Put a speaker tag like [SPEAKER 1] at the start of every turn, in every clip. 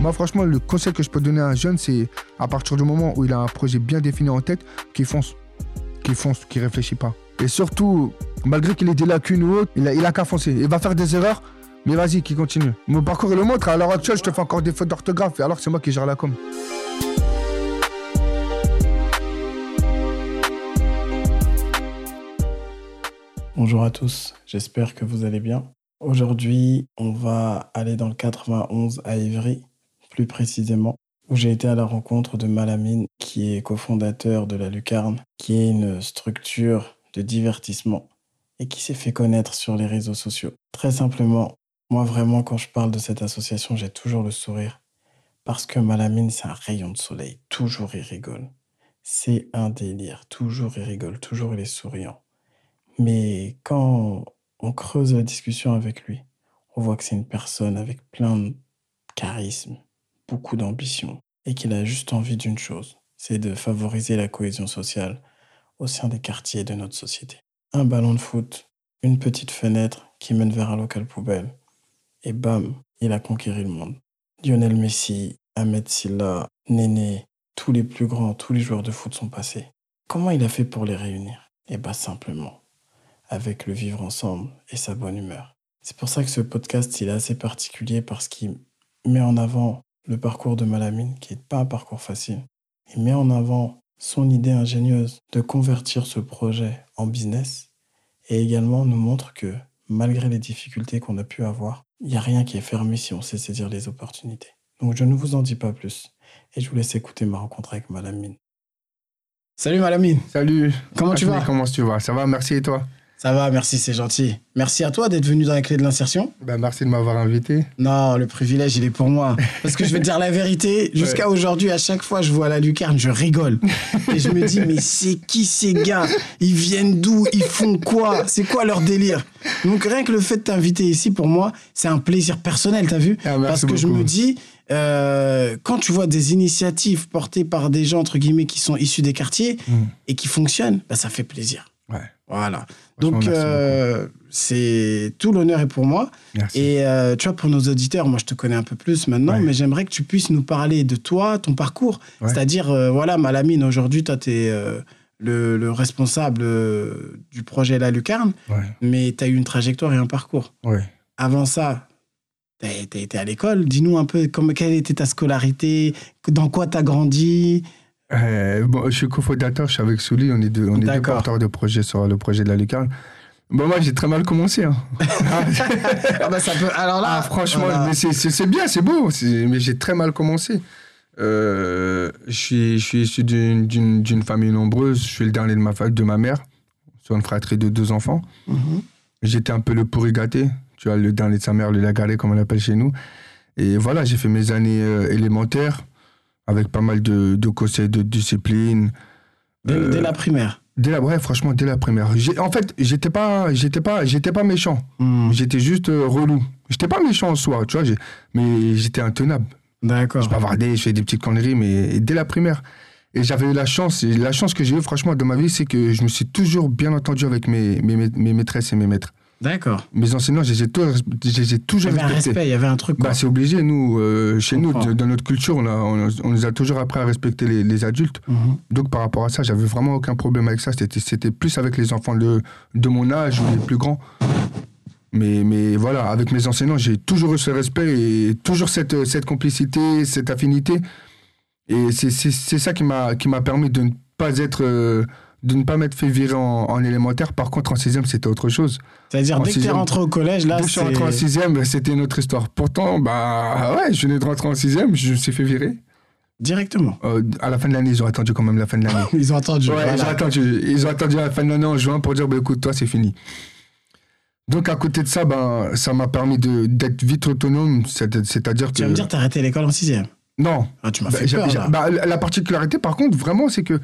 [SPEAKER 1] Moi, franchement, le conseil que je peux donner à un jeune, c'est à partir du moment où il a un projet bien défini en tête, qu'il fonce. Qu'il fonce, qu'il réfléchit pas. Et surtout, malgré qu'il ait des lacunes ou autre, il a, il a qu'à foncer. Il va faire des erreurs, mais vas-y, qu'il continue. Mon parcours le montre. À l'heure actuelle, je te fais encore des fautes d'orthographe, et alors que c'est moi qui gère la com.
[SPEAKER 2] Bonjour à tous, j'espère que vous allez bien. Aujourd'hui, on va aller dans le 91 à Ivry, plus précisément, où j'ai été à la rencontre de Malamine, qui est cofondateur de la Lucarne, qui est une structure de divertissement et qui s'est fait connaître sur les réseaux sociaux. Très simplement, moi vraiment, quand je parle de cette association, j'ai toujours le sourire, parce que Malamine, c'est un rayon de soleil, toujours il rigole. C'est un délire, toujours il rigole, toujours il est souriant. Mais quand on creuse la discussion avec lui, on voit que c'est une personne avec plein de charisme, beaucoup d'ambition, et qu'il a juste envie d'une chose, c'est de favoriser la cohésion sociale au sein des quartiers de notre société. Un ballon de foot, une petite fenêtre qui mène vers un local poubelle, et bam, il a conquéri le monde. Lionel Messi, Ahmed Silla, Néné, tous les plus grands, tous les joueurs de foot sont passés. Comment il a fait pour les réunir Eh bah simplement, avec le vivre ensemble et sa bonne humeur. C'est pour ça que ce podcast, il est assez particulier parce qu'il met en avant le parcours de Malamine, qui n'est pas un parcours facile. Il met en avant son idée ingénieuse de convertir ce projet en business et également nous montre que malgré les difficultés qu'on a pu avoir, il n'y a rien qui est fermé si on sait saisir les opportunités. Donc je ne vous en dis pas plus et je vous laisse écouter ma rencontre avec Malamine. Ah, Salut Malamine,
[SPEAKER 1] Salut.
[SPEAKER 2] comment tu
[SPEAKER 1] Ahmed,
[SPEAKER 2] vas
[SPEAKER 1] Comment tu vas Ça va Merci et toi
[SPEAKER 2] Ça va, merci, c'est gentil. Merci à toi d'être venu dans la clé de l'insertion.
[SPEAKER 1] ben, Merci de m'avoir invité.
[SPEAKER 2] Non, le privilège, il est pour moi. Parce que je vais te dire la vérité, jusqu'à aujourd'hui, à chaque fois, je vois la lucarne, je rigole. Et je me dis, mais c'est qui ces gars Ils viennent d'où Ils font quoi C'est quoi leur délire Donc rien que le fait de t'inviter ici, pour moi, c'est un plaisir personnel, t'as vu
[SPEAKER 1] Ah, merci
[SPEAKER 2] Parce que je
[SPEAKER 1] beaucoup.
[SPEAKER 2] me dis, euh, quand tu vois des initiatives portées par des gens, entre guillemets, qui sont issus des quartiers
[SPEAKER 1] Mm.
[SPEAKER 2] et qui fonctionnent, bah, ça fait plaisir.
[SPEAKER 1] Ouais.
[SPEAKER 2] Voilà.
[SPEAKER 1] Franchement,
[SPEAKER 2] Donc,
[SPEAKER 1] merci
[SPEAKER 2] euh, c'est tout l'honneur est pour moi.
[SPEAKER 1] Merci.
[SPEAKER 2] Et euh, tu vois, pour nos auditeurs, moi je te connais un peu plus maintenant,
[SPEAKER 1] Ouais.
[SPEAKER 2] mais j'aimerais que tu puisses nous parler de toi, ton parcours.
[SPEAKER 1] Ouais.
[SPEAKER 2] C'est-à-dire, euh, voilà, Malamine, aujourd'hui, toi, tu es le, le responsable euh, du projet La Lucarne,
[SPEAKER 1] Ouais,
[SPEAKER 2] mais tu as eu une trajectoire et un parcours.
[SPEAKER 1] ouais.
[SPEAKER 2] Avant ça, tu as, été à l'école. Dis-nous un peu comme, quelle était ta scolarité, dans quoi tu as grandi.
[SPEAKER 1] Euh, bon, je suis cofondateur, je suis avec Souli, on est deux, on est deux
[SPEAKER 2] D'accord.
[SPEAKER 1] porteurs de projet sur le projet de la lucarne. Bon, moi, j'ai très mal commencé. hein.
[SPEAKER 2] Ah bah, ça peut- Alors là,
[SPEAKER 1] Ah, franchement,
[SPEAKER 2] voilà.
[SPEAKER 1] mais c'est- c'est c'est bien, c'est beau, c'est- mais j'ai très mal commencé. Euh, je suis je suis issu d'une- d'une d'une famille nombreuse, je suis le dernier de ma, fa- de ma mère, sur une fratrie de deux enfants.
[SPEAKER 2] Mhm.
[SPEAKER 1] J'étais un peu le pourri gâté, tu vois, le dernier de sa mère, le lagaré, comme on l'appelle chez nous. Et voilà, j'ai fait mes années euh, élémentaires, avec pas mal de, de conseils de discipline.
[SPEAKER 2] Dès,
[SPEAKER 1] Euh,
[SPEAKER 2] dès la primaire.
[SPEAKER 1] Dès la, ouais, franchement, dès la primaire. J'ai- En fait, j'étais pas, j'étais pas, j'étais pas méchant.
[SPEAKER 2] Hmm,
[SPEAKER 1] J'étais juste euh, relou. J'étais pas méchant en soi, tu vois, j'ai- mais j'étais intenable. Je
[SPEAKER 2] D'accord.
[SPEAKER 1] bavardais, je faisais des petites conneries, mais dès la primaire. Et j'avais eu la chance, et la chance que j'ai eue, franchement, de ma vie, c'est que je me suis toujours bien entendu avec mes, mes, mes- mes maîtresses et mes maîtres.
[SPEAKER 2] D'accord.
[SPEAKER 1] Mes enseignants, je les ai tous- je les ai
[SPEAKER 2] Il
[SPEAKER 1] toujours
[SPEAKER 2] y avait un
[SPEAKER 1] respectés.
[SPEAKER 2] Eh ben, respect, il y avait un truc. quoi.
[SPEAKER 1] Bah, c'est obligé, nous, euh, chez
[SPEAKER 2] Je
[SPEAKER 1] nous,
[SPEAKER 2] comprends.
[SPEAKER 1] de- dans notre culture, on, a- on- on nous a toujours appris à respecter les- les adultes.
[SPEAKER 2] Mhm.
[SPEAKER 1] Donc par rapport à ça, j'avais vraiment aucun problème avec ça. C'était, c'était plus avec les enfants de, de mon âge ou les plus grands. Mais, mais voilà, avec mes enseignants, j'ai toujours eu ce respect et toujours cette, cette complicité, cette affinité. Et c'est, c'est, c'est ça qui m'a, qui m'a permis de ne pas être... euh, de ne pas m'être fait virer en, en élémentaire. Par contre, en sixième, c'était autre chose.
[SPEAKER 2] C'est-à-dire,
[SPEAKER 1] En
[SPEAKER 2] dès que t'es
[SPEAKER 1] sixième.
[SPEAKER 2] rentré au collège, là,
[SPEAKER 1] Dès que je suis rentré en
[SPEAKER 2] c'est...
[SPEAKER 1] sixième, bah, c'était une autre histoire. Pourtant, bah ouais, je venais de rentrer en sixième, je me suis fait virer.
[SPEAKER 2] Directement.
[SPEAKER 1] Euh, à la fin de l'année, ils ont attendu quand même la fin de l'année.
[SPEAKER 2] Ils ont entendu.
[SPEAKER 1] Ouais,
[SPEAKER 2] voilà.
[SPEAKER 1] ils, ont attendu, ils ont attendu la fin de l'année en juin pour dire bah, écoute, toi, c'est fini. Donc, à côté de ça, ben, ça m'a permis de- d'être vite autonome. c'est- C'est-à-dire que.
[SPEAKER 2] Tu vas me dire, t'as arrêté l'école en sixième.
[SPEAKER 1] Non.
[SPEAKER 2] Ah, tu m'as
[SPEAKER 1] Bah,
[SPEAKER 2] fait
[SPEAKER 1] j'ai-
[SPEAKER 2] peur,
[SPEAKER 1] j'ai-
[SPEAKER 2] là.
[SPEAKER 1] bah, la la particularité, par contre, vraiment, c'est que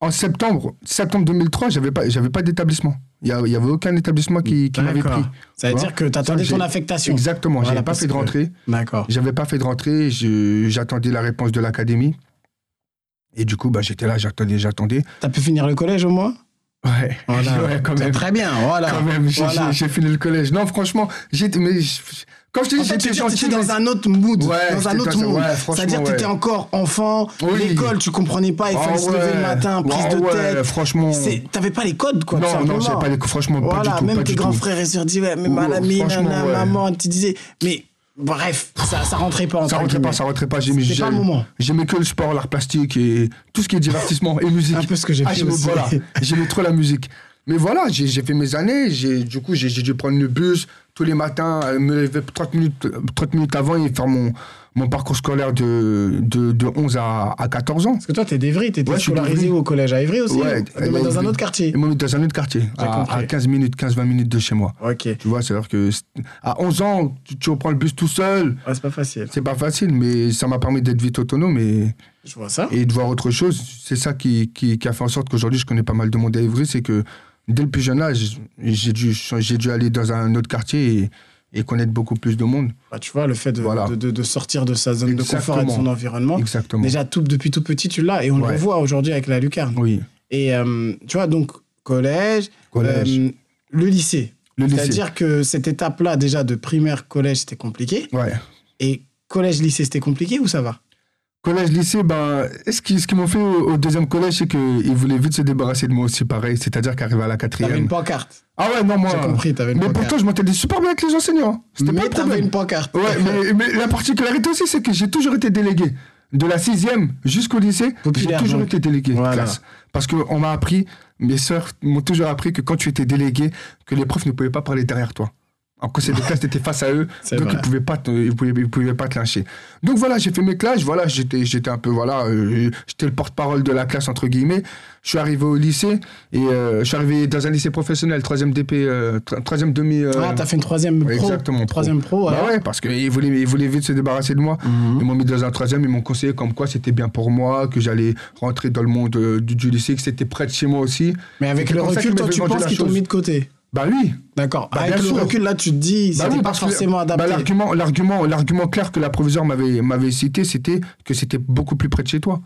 [SPEAKER 1] en septembre, septembre 2003, j'avais pas, j'avais pas d'établissement. Il n'y avait aucun établissement qui, qui m'avait
[SPEAKER 2] D'accord.
[SPEAKER 1] pris.
[SPEAKER 2] Ça veut
[SPEAKER 1] Tu
[SPEAKER 2] dire que t'attendais
[SPEAKER 1] Ça,
[SPEAKER 2] ton
[SPEAKER 1] j'ai-
[SPEAKER 2] affectation.
[SPEAKER 1] Exactement.
[SPEAKER 2] Voilà,
[SPEAKER 1] j'avais pas
[SPEAKER 2] parce
[SPEAKER 1] fait de
[SPEAKER 2] que-
[SPEAKER 1] rentrée.
[SPEAKER 2] D'accord.
[SPEAKER 1] J'avais pas fait de rentrée, je- j'attendais la réponse de l'académie. Et du coup, bah, j'étais là, j'attendais, j'attendais.
[SPEAKER 2] T'as pu finir le collège, au moins
[SPEAKER 1] Ouais,
[SPEAKER 2] Voilà.
[SPEAKER 1] ouais, quand
[SPEAKER 2] C'est
[SPEAKER 1] même.
[SPEAKER 2] Très bien, voilà.
[SPEAKER 1] Quand même, j'ai
[SPEAKER 2] Voilà.
[SPEAKER 1] j'ai- j'ai fini le collège. Non, franchement, j'étais, mais je- Quand je te
[SPEAKER 2] En
[SPEAKER 1] dis
[SPEAKER 2] fait,
[SPEAKER 1] j'étais
[SPEAKER 2] t'étais
[SPEAKER 1] gentil,
[SPEAKER 2] t'étais dans
[SPEAKER 1] mais-
[SPEAKER 2] un autre mood,
[SPEAKER 1] Ouais,
[SPEAKER 2] dans un
[SPEAKER 1] j'étais
[SPEAKER 2] autre
[SPEAKER 1] dans un-
[SPEAKER 2] mood.
[SPEAKER 1] ouais, franchement,
[SPEAKER 2] C'est-à-dire que t'étais
[SPEAKER 1] ouais.
[SPEAKER 2] encore enfant,
[SPEAKER 1] Oui.
[SPEAKER 2] l'école, tu comprenais pas, il fallait
[SPEAKER 1] Ah
[SPEAKER 2] se lever le
[SPEAKER 1] ouais.
[SPEAKER 2] matin, prise
[SPEAKER 1] Ah
[SPEAKER 2] de
[SPEAKER 1] ouais,
[SPEAKER 2] tête.
[SPEAKER 1] Franchement.
[SPEAKER 2] C'est- T'avais pas les codes, quoi. tout
[SPEAKER 1] Non, non,
[SPEAKER 2] simplement.
[SPEAKER 1] j'avais pas les- franchement, pas
[SPEAKER 2] Voilà,
[SPEAKER 1] du tout.
[SPEAKER 2] même
[SPEAKER 1] pas
[SPEAKER 2] tes
[SPEAKER 1] du
[SPEAKER 2] grands
[SPEAKER 1] tout.
[SPEAKER 2] frères et sœurs disaient, ouais, mais
[SPEAKER 1] Ouh,
[SPEAKER 2] mamie,
[SPEAKER 1] franchement,
[SPEAKER 2] nana,
[SPEAKER 1] ouais.
[SPEAKER 2] maman, tu disais. Mais bref, ça, ça rentrait pas en
[SPEAKER 1] Ça rentrait pas, ça rentrait pas. J'aimais
[SPEAKER 2] C'était pas le
[SPEAKER 1] j'aimais-
[SPEAKER 2] moment.
[SPEAKER 1] J'aimais que le sport, l'art plastique et tout ce qui est divertissement et musique.
[SPEAKER 2] Un peu ce que j'ai
[SPEAKER 1] Ah,
[SPEAKER 2] fait
[SPEAKER 1] j'aimais-
[SPEAKER 2] aussi.
[SPEAKER 1] Voilà, j'aimais trop la musique. Mais voilà, j'ai j'ai fait mes années. j'ai- Du coup, j'ai j'ai dû prendre le bus tous les matins, euh, me lever 30 minutes, 30 minutes avant et faire mon, mon parcours scolaire de, de, de 11 à, à 14 ans.
[SPEAKER 2] Parce que toi, t'es d'Evry, t'étais
[SPEAKER 1] Ouais, je suis
[SPEAKER 2] scolarisé
[SPEAKER 1] d'Evry.
[SPEAKER 2] au collège à Evry aussi,
[SPEAKER 1] Ouais,
[SPEAKER 2] hein, mais dans
[SPEAKER 1] d'Evry.
[SPEAKER 2] un autre quartier.
[SPEAKER 1] Et moi, dans un autre quartier,
[SPEAKER 2] J'ai
[SPEAKER 1] à,
[SPEAKER 2] compris.
[SPEAKER 1] à 15 minutes, 15-20 minutes de chez moi.
[SPEAKER 2] Ok, ouais,
[SPEAKER 1] Tu vois, c'est-à-dire que c'est- à 11 ans, tu, tu reprends le bus tout seul.
[SPEAKER 2] c'est pas facile.
[SPEAKER 1] C'est pas facile, mais ça m'a permis d'être vite autonome et,
[SPEAKER 2] Je vois ça.
[SPEAKER 1] et de voir autre chose. C'est ça qui, qui, qui a fait en sorte qu'aujourd'hui, je connais pas mal de monde à Évry. C'est que dès le plus jeune âge, j'ai dû, ch- j'ai dû aller dans un autre quartier et, et connaître beaucoup plus de monde.
[SPEAKER 2] Bah, tu vois, le fait de,
[SPEAKER 1] Voilà.
[SPEAKER 2] de, de- de sortir de sa zone de confort et de son
[SPEAKER 1] Exactement.
[SPEAKER 2] environnement.
[SPEAKER 1] Exactement.
[SPEAKER 2] Déjà, tout, depuis tout petit, tu l'as. Et on le
[SPEAKER 1] Ouais.
[SPEAKER 2] revoit aujourd'hui avec la lucarne.
[SPEAKER 1] Oui.
[SPEAKER 2] Et euh, tu vois, donc, collège,
[SPEAKER 1] Collège.
[SPEAKER 2] euh, le lycée.
[SPEAKER 1] le lycée.
[SPEAKER 2] C'est-à-dire que cette étape-là, déjà, de primaire, collège, c'était compliqué.
[SPEAKER 1] Euh, Ouais.
[SPEAKER 2] Et collège, lycée, c'était compliqué ou ça va
[SPEAKER 1] Collège, lycée, ben, ce qu'ils ce qu'ils m'ont fait au, au deuxième collège, c'est qu'ils voulaient vite se débarrasser de moi aussi, pareil. C'est-à-dire qu'arriver à la
[SPEAKER 2] T'avais
[SPEAKER 1] quatrième.
[SPEAKER 2] une pancarte.
[SPEAKER 1] Ah ouais, non, moi.
[SPEAKER 2] J'ai compris, t'avais une
[SPEAKER 1] Mais
[SPEAKER 2] pancarte.
[SPEAKER 1] pourtant, je m'entendais super bien avec les enseignants. C'était pas
[SPEAKER 2] Mais
[SPEAKER 1] le
[SPEAKER 2] t'avais
[SPEAKER 1] problème.
[SPEAKER 2] une pancarte.
[SPEAKER 1] Ouais, mais, mais la particularité aussi, c'est que j'ai toujours été délégué. De la sixième jusqu'au lycée, j'ai
[SPEAKER 2] Populaire,
[SPEAKER 1] toujours
[SPEAKER 2] donc.
[SPEAKER 1] été délégué. de
[SPEAKER 2] Voilà.
[SPEAKER 1] Classe. Parce qu'on m'a appris, mes sœurs m'ont toujours appris que quand tu étais délégué, que les profs ne pouvaient pas parler derrière toi. En conseil de classe, tu étais face à eux,
[SPEAKER 2] C'est
[SPEAKER 1] donc
[SPEAKER 2] vrai.
[SPEAKER 1] ils ne pouvaient, pas te- ils pouvaient, ils pouvaient pas te lyncher. Donc voilà, j'ai fait mes classes, voilà, j'étais j'étais un peu, voilà, euh, j'étais le porte-parole de la classe, entre guillemets. Je suis arrivé au lycée, et euh, je suis arrivé dans un lycée professionnel, troisième DP, euh, tro- troisième demi... euh,
[SPEAKER 2] Ah, t'as fait une troisième pro.
[SPEAKER 1] Exactement, pro.
[SPEAKER 2] Troisième pro,
[SPEAKER 1] bah
[SPEAKER 2] alors
[SPEAKER 1] ouais, parce qu'ils voulaient, ils voulaient vite se débarrasser de moi.
[SPEAKER 2] Mhm.
[SPEAKER 1] Ils m'ont mis dans un troisième, ils m'ont conseillé comme quoi c'était bien pour moi, que j'allais rentrer dans le monde euh, du, du lycée, que c'était près de chez moi aussi.
[SPEAKER 2] Mais avec
[SPEAKER 1] C'est
[SPEAKER 2] le
[SPEAKER 1] comme ça
[SPEAKER 2] recul,
[SPEAKER 1] qu'ils
[SPEAKER 2] toi,
[SPEAKER 1] m'avaient
[SPEAKER 2] tu
[SPEAKER 1] vendu
[SPEAKER 2] penses
[SPEAKER 1] la
[SPEAKER 2] qu'ils t'ont
[SPEAKER 1] chose.
[SPEAKER 2] mis de côté.
[SPEAKER 1] Bah oui,
[SPEAKER 2] D'accord.
[SPEAKER 1] Bah,
[SPEAKER 2] avec
[SPEAKER 1] bien
[SPEAKER 2] le
[SPEAKER 1] sûr.
[SPEAKER 2] recul, là, tu te dis,
[SPEAKER 1] bah
[SPEAKER 2] c'était
[SPEAKER 1] oui,
[SPEAKER 2] pas
[SPEAKER 1] parce que-
[SPEAKER 2] forcément
[SPEAKER 1] bah,
[SPEAKER 2] adapté.
[SPEAKER 1] l'argument, l'argument, l'argument clair que la proviseure m'avait, m'avait cité, c'était que c'était beaucoup plus près de chez toi.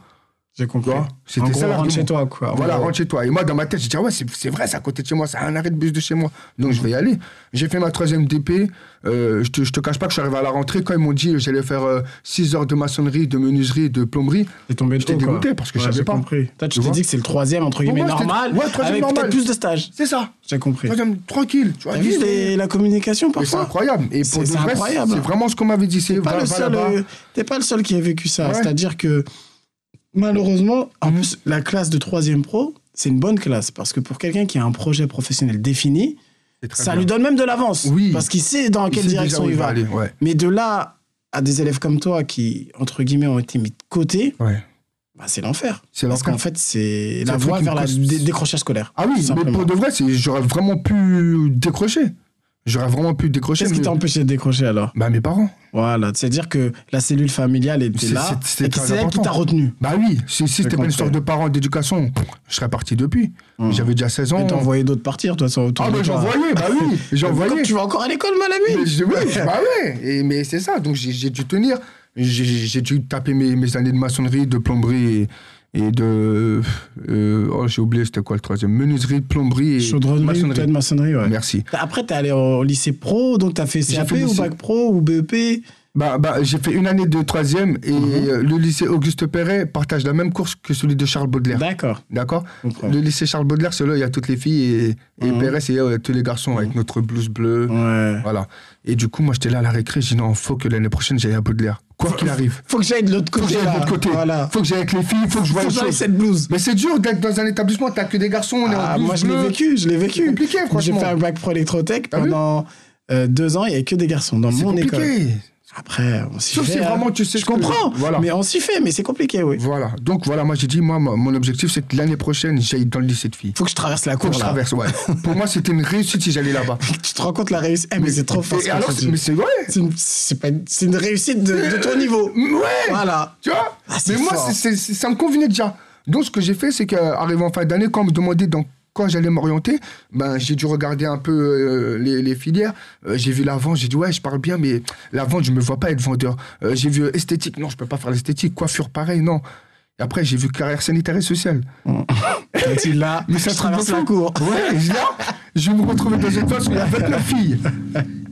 [SPEAKER 2] J'ai
[SPEAKER 1] Tu
[SPEAKER 2] compris.
[SPEAKER 1] vois
[SPEAKER 2] En
[SPEAKER 1] C'était
[SPEAKER 2] gros,
[SPEAKER 1] ça
[SPEAKER 2] rentre
[SPEAKER 1] l'argument.
[SPEAKER 2] chez toi, quoi. En
[SPEAKER 1] Voilà,
[SPEAKER 2] gros.
[SPEAKER 1] rentre chez toi. Et moi, dans ma tête, j'ai dit, ah ouais, c'est, c'est vrai, c'est à côté de chez moi, c'est un arrêt de bus de chez moi. Donc, je vais y aller. J'ai fait ma troisième DP. Euh, je, te, je te cache pas que je suis arrivé à la rentrée quand ils m'ont dit que j'allais faire 6 heures de maçonnerie, de menuiserie, de plomberie.
[SPEAKER 2] T'es tombé de
[SPEAKER 1] J'étais
[SPEAKER 2] haut, quoi.
[SPEAKER 1] dégoûté parce que
[SPEAKER 2] Ouais,
[SPEAKER 1] je savais
[SPEAKER 2] j'ai
[SPEAKER 1] pas.
[SPEAKER 2] compris. Toi, tu
[SPEAKER 1] Tu
[SPEAKER 2] t'es
[SPEAKER 1] vois
[SPEAKER 2] dit que c'est le troisième, entre guillemets,
[SPEAKER 1] moi, c'était-
[SPEAKER 2] normal,
[SPEAKER 1] ouais, troisième
[SPEAKER 2] avec peut-être
[SPEAKER 1] normal. Bah,
[SPEAKER 2] plus de stages.
[SPEAKER 1] C'est ça.
[SPEAKER 2] J'ai compris.
[SPEAKER 1] Troisième, tranquille. Tu vois,
[SPEAKER 2] T'as vu
[SPEAKER 1] ils-
[SPEAKER 2] les- la communication,
[SPEAKER 1] Et c'est
[SPEAKER 2] parfois
[SPEAKER 1] incroyable. Et
[SPEAKER 2] C'est-
[SPEAKER 1] pour de
[SPEAKER 2] c'est
[SPEAKER 1] vrai,
[SPEAKER 2] incroyable.
[SPEAKER 1] C'est vraiment ce qu'on m'avait dit. C'est
[SPEAKER 2] T'es pas,
[SPEAKER 1] va-
[SPEAKER 2] le
[SPEAKER 1] va
[SPEAKER 2] seul,
[SPEAKER 1] là-bas.
[SPEAKER 2] euh, t'es pas le seul qui a vécu ça.
[SPEAKER 1] Ouais. Mm-hmm.
[SPEAKER 2] C'est-à-dire que, malheureusement, en plus, la classe de 3ème pro, c'est une bonne classe. Parce que pour quelqu'un qui a un projet professionnel défini,
[SPEAKER 1] C'est très
[SPEAKER 2] ça
[SPEAKER 1] bien.
[SPEAKER 2] lui donne même de l'avance.
[SPEAKER 1] Oui.
[SPEAKER 2] Parce qu'il sait dans
[SPEAKER 1] Il
[SPEAKER 2] quelle
[SPEAKER 1] sait déjà
[SPEAKER 2] direction
[SPEAKER 1] où
[SPEAKER 2] il va.
[SPEAKER 1] aller. Ouais.
[SPEAKER 2] Mais de là à des élèves comme toi qui, entre guillemets, ont été mis de côté,
[SPEAKER 1] Ouais.
[SPEAKER 2] bah, c'est l'enfer.
[SPEAKER 1] C'est
[SPEAKER 2] Parce
[SPEAKER 1] l'enfer.
[SPEAKER 2] qu'en fait, c'est
[SPEAKER 1] C'est
[SPEAKER 2] la
[SPEAKER 1] un truc
[SPEAKER 2] voie
[SPEAKER 1] qui me
[SPEAKER 2] vers la
[SPEAKER 1] coûte-
[SPEAKER 2] dé- décrochage scolaire.
[SPEAKER 1] Ah
[SPEAKER 2] tout
[SPEAKER 1] oui, mais
[SPEAKER 2] simplement.
[SPEAKER 1] pour de vrai, c'est- j'aurais vraiment pu décrocher. J'aurais vraiment pu décrocher.
[SPEAKER 2] Qu'est-ce qui
[SPEAKER 1] mais-
[SPEAKER 2] t'a empêché de décrocher alors
[SPEAKER 1] Bah, mes parents.
[SPEAKER 2] Voilà, c'est-à-dire que la cellule familiale était
[SPEAKER 1] C'est-
[SPEAKER 2] là,
[SPEAKER 1] c'est- c'est
[SPEAKER 2] et que
[SPEAKER 1] très
[SPEAKER 2] c'est elle qui
[SPEAKER 1] important.
[SPEAKER 2] t'a retenu.
[SPEAKER 1] Bah oui, si, si c'était pas
[SPEAKER 2] compris.
[SPEAKER 1] une histoire de parents, d'éducation, je serais parti depuis.
[SPEAKER 2] Hmm.
[SPEAKER 1] J'avais déjà 16
[SPEAKER 2] Et
[SPEAKER 1] ans.
[SPEAKER 2] t'as envoyé d'autres partir, toi, sur autour
[SPEAKER 1] Ah,
[SPEAKER 2] de
[SPEAKER 1] bah
[SPEAKER 2] toi.
[SPEAKER 1] j'en voyais, bah oui, j'en
[SPEAKER 2] Comme
[SPEAKER 1] voyais.
[SPEAKER 2] tu vas encore à l'école, mal
[SPEAKER 1] Mais
[SPEAKER 2] ami
[SPEAKER 1] je- oui, je- bah ouais, et- mais c'est ça, donc j'ai j'ai dû tenir. J'ai- J'ai dû taper mes, mes années de maçonnerie, de plomberie et, et de. euh, oh, j'ai oublié, c'était quoi le troisième Menuiserie, plomberie et
[SPEAKER 2] Chaudronnerie, peut-être
[SPEAKER 1] maçonnerie.
[SPEAKER 2] maçonnerie, ouais.
[SPEAKER 1] Merci.
[SPEAKER 2] T'as- Après, t'es allé au au lycée pro, donc t'as fait
[SPEAKER 1] J'ai
[SPEAKER 2] CAP
[SPEAKER 1] fait le
[SPEAKER 2] ou
[SPEAKER 1] lycée.
[SPEAKER 2] bac pro ou E BEP.
[SPEAKER 1] Bah, bah, j'ai fait une année de troisième et
[SPEAKER 2] Mhm.
[SPEAKER 1] euh, le lycée Auguste Perret partage la même course que celui de Charles Baudelaire.
[SPEAKER 2] Bah, D'accord.
[SPEAKER 1] D'accord
[SPEAKER 2] Comprends.
[SPEAKER 1] Le lycée Charles Baudelaire, c'est là, il y a toutes les filles et, et
[SPEAKER 2] Mhm.
[SPEAKER 1] Perret, c'est euh, tous les garçons avec notre blouse bleue.
[SPEAKER 2] Ouais.
[SPEAKER 1] Voilà. Et du coup, moi, j'étais là à la récré, j'ai dit non, faut que l'année prochaine, j'aille à Baudelaire. Quoi qu'il arrive.
[SPEAKER 2] Faut que j'aille de l'autre
[SPEAKER 1] faut que
[SPEAKER 2] côté.
[SPEAKER 1] j'aille de
[SPEAKER 2] là.
[SPEAKER 1] l'autre côté.
[SPEAKER 2] Voilà.
[SPEAKER 1] Faut que j'aille avec les filles, faut que je vois
[SPEAKER 2] Faut que
[SPEAKER 1] autre
[SPEAKER 2] j'aille
[SPEAKER 1] chose.
[SPEAKER 2] cette blouse.
[SPEAKER 1] Mais c'est dur d'être dans un établissement, t'as que des garçons, on est
[SPEAKER 2] Ah,
[SPEAKER 1] en blouse
[SPEAKER 2] moi, je l'ai
[SPEAKER 1] bleue.
[SPEAKER 2] vécu, je l'ai vécu.
[SPEAKER 1] C'est compliqué,
[SPEAKER 2] J'ai
[SPEAKER 1] franchement.
[SPEAKER 2] fait un bac pro électrotech
[SPEAKER 1] T'as vu
[SPEAKER 2] pendant euh, deux ans, il n'y avait que des garçons dans
[SPEAKER 1] C'est
[SPEAKER 2] mon école.
[SPEAKER 1] compliqué.
[SPEAKER 2] Après, on s'y
[SPEAKER 1] Sauf
[SPEAKER 2] fait.
[SPEAKER 1] si
[SPEAKER 2] hein.
[SPEAKER 1] vraiment tu sais
[SPEAKER 2] Je
[SPEAKER 1] ce que-
[SPEAKER 2] comprends,
[SPEAKER 1] Voilà.
[SPEAKER 2] mais on s'y fait, mais c'est compliqué, oui.
[SPEAKER 1] Voilà. Donc voilà, moi j'ai dit, moi, ma- mon objectif c'est que l'année prochaine, j'aille dans le lycée de filles.
[SPEAKER 2] Faut que je traverse la
[SPEAKER 1] Faut
[SPEAKER 2] cour,
[SPEAKER 1] que je
[SPEAKER 2] là.
[SPEAKER 1] traverse, ouais. Pour moi, c'était une réussite si j'allais là-bas.
[SPEAKER 2] Tu te rends compte la réussite Eh, mais, c'est trop fort.
[SPEAKER 1] Et
[SPEAKER 2] ce que
[SPEAKER 1] alors,
[SPEAKER 2] tu
[SPEAKER 1] c'est-
[SPEAKER 2] dis.
[SPEAKER 1] mais c'est ouais.
[SPEAKER 2] C'est une, c'est pas une- c'est une réussite de, de ton niveau.
[SPEAKER 1] Ouais.
[SPEAKER 2] Voilà.
[SPEAKER 1] Tu vois
[SPEAKER 2] Ah, c'est
[SPEAKER 1] Mais moi,
[SPEAKER 2] fort.
[SPEAKER 1] c'est- c'est- c'est- ça me convenait déjà. Donc, ce que j'ai fait, c'est qu'arrivé en fin d'année, quand on me demandait dans quoi j'allais m'orienter, ben, j'ai dû regarder un peu euh, les, les filières. Euh, j'ai vu la vente, j'ai dit, ouais, je parle bien, mais la vente, je me vois pas être vendeur. Euh, j'ai vu esthétique, non, je peux pas faire l'esthétique. Coiffure, pareil, non. Et après, j'ai vu carrière sanitaire et sociale.
[SPEAKER 2] Et tu là,
[SPEAKER 1] Mais ça
[SPEAKER 2] je
[SPEAKER 1] te rend
[SPEAKER 2] traverse
[SPEAKER 1] fou.
[SPEAKER 2] la cour.
[SPEAKER 1] Ouais, je- là, je me retrouvais dans une place où il y avait plein de filles.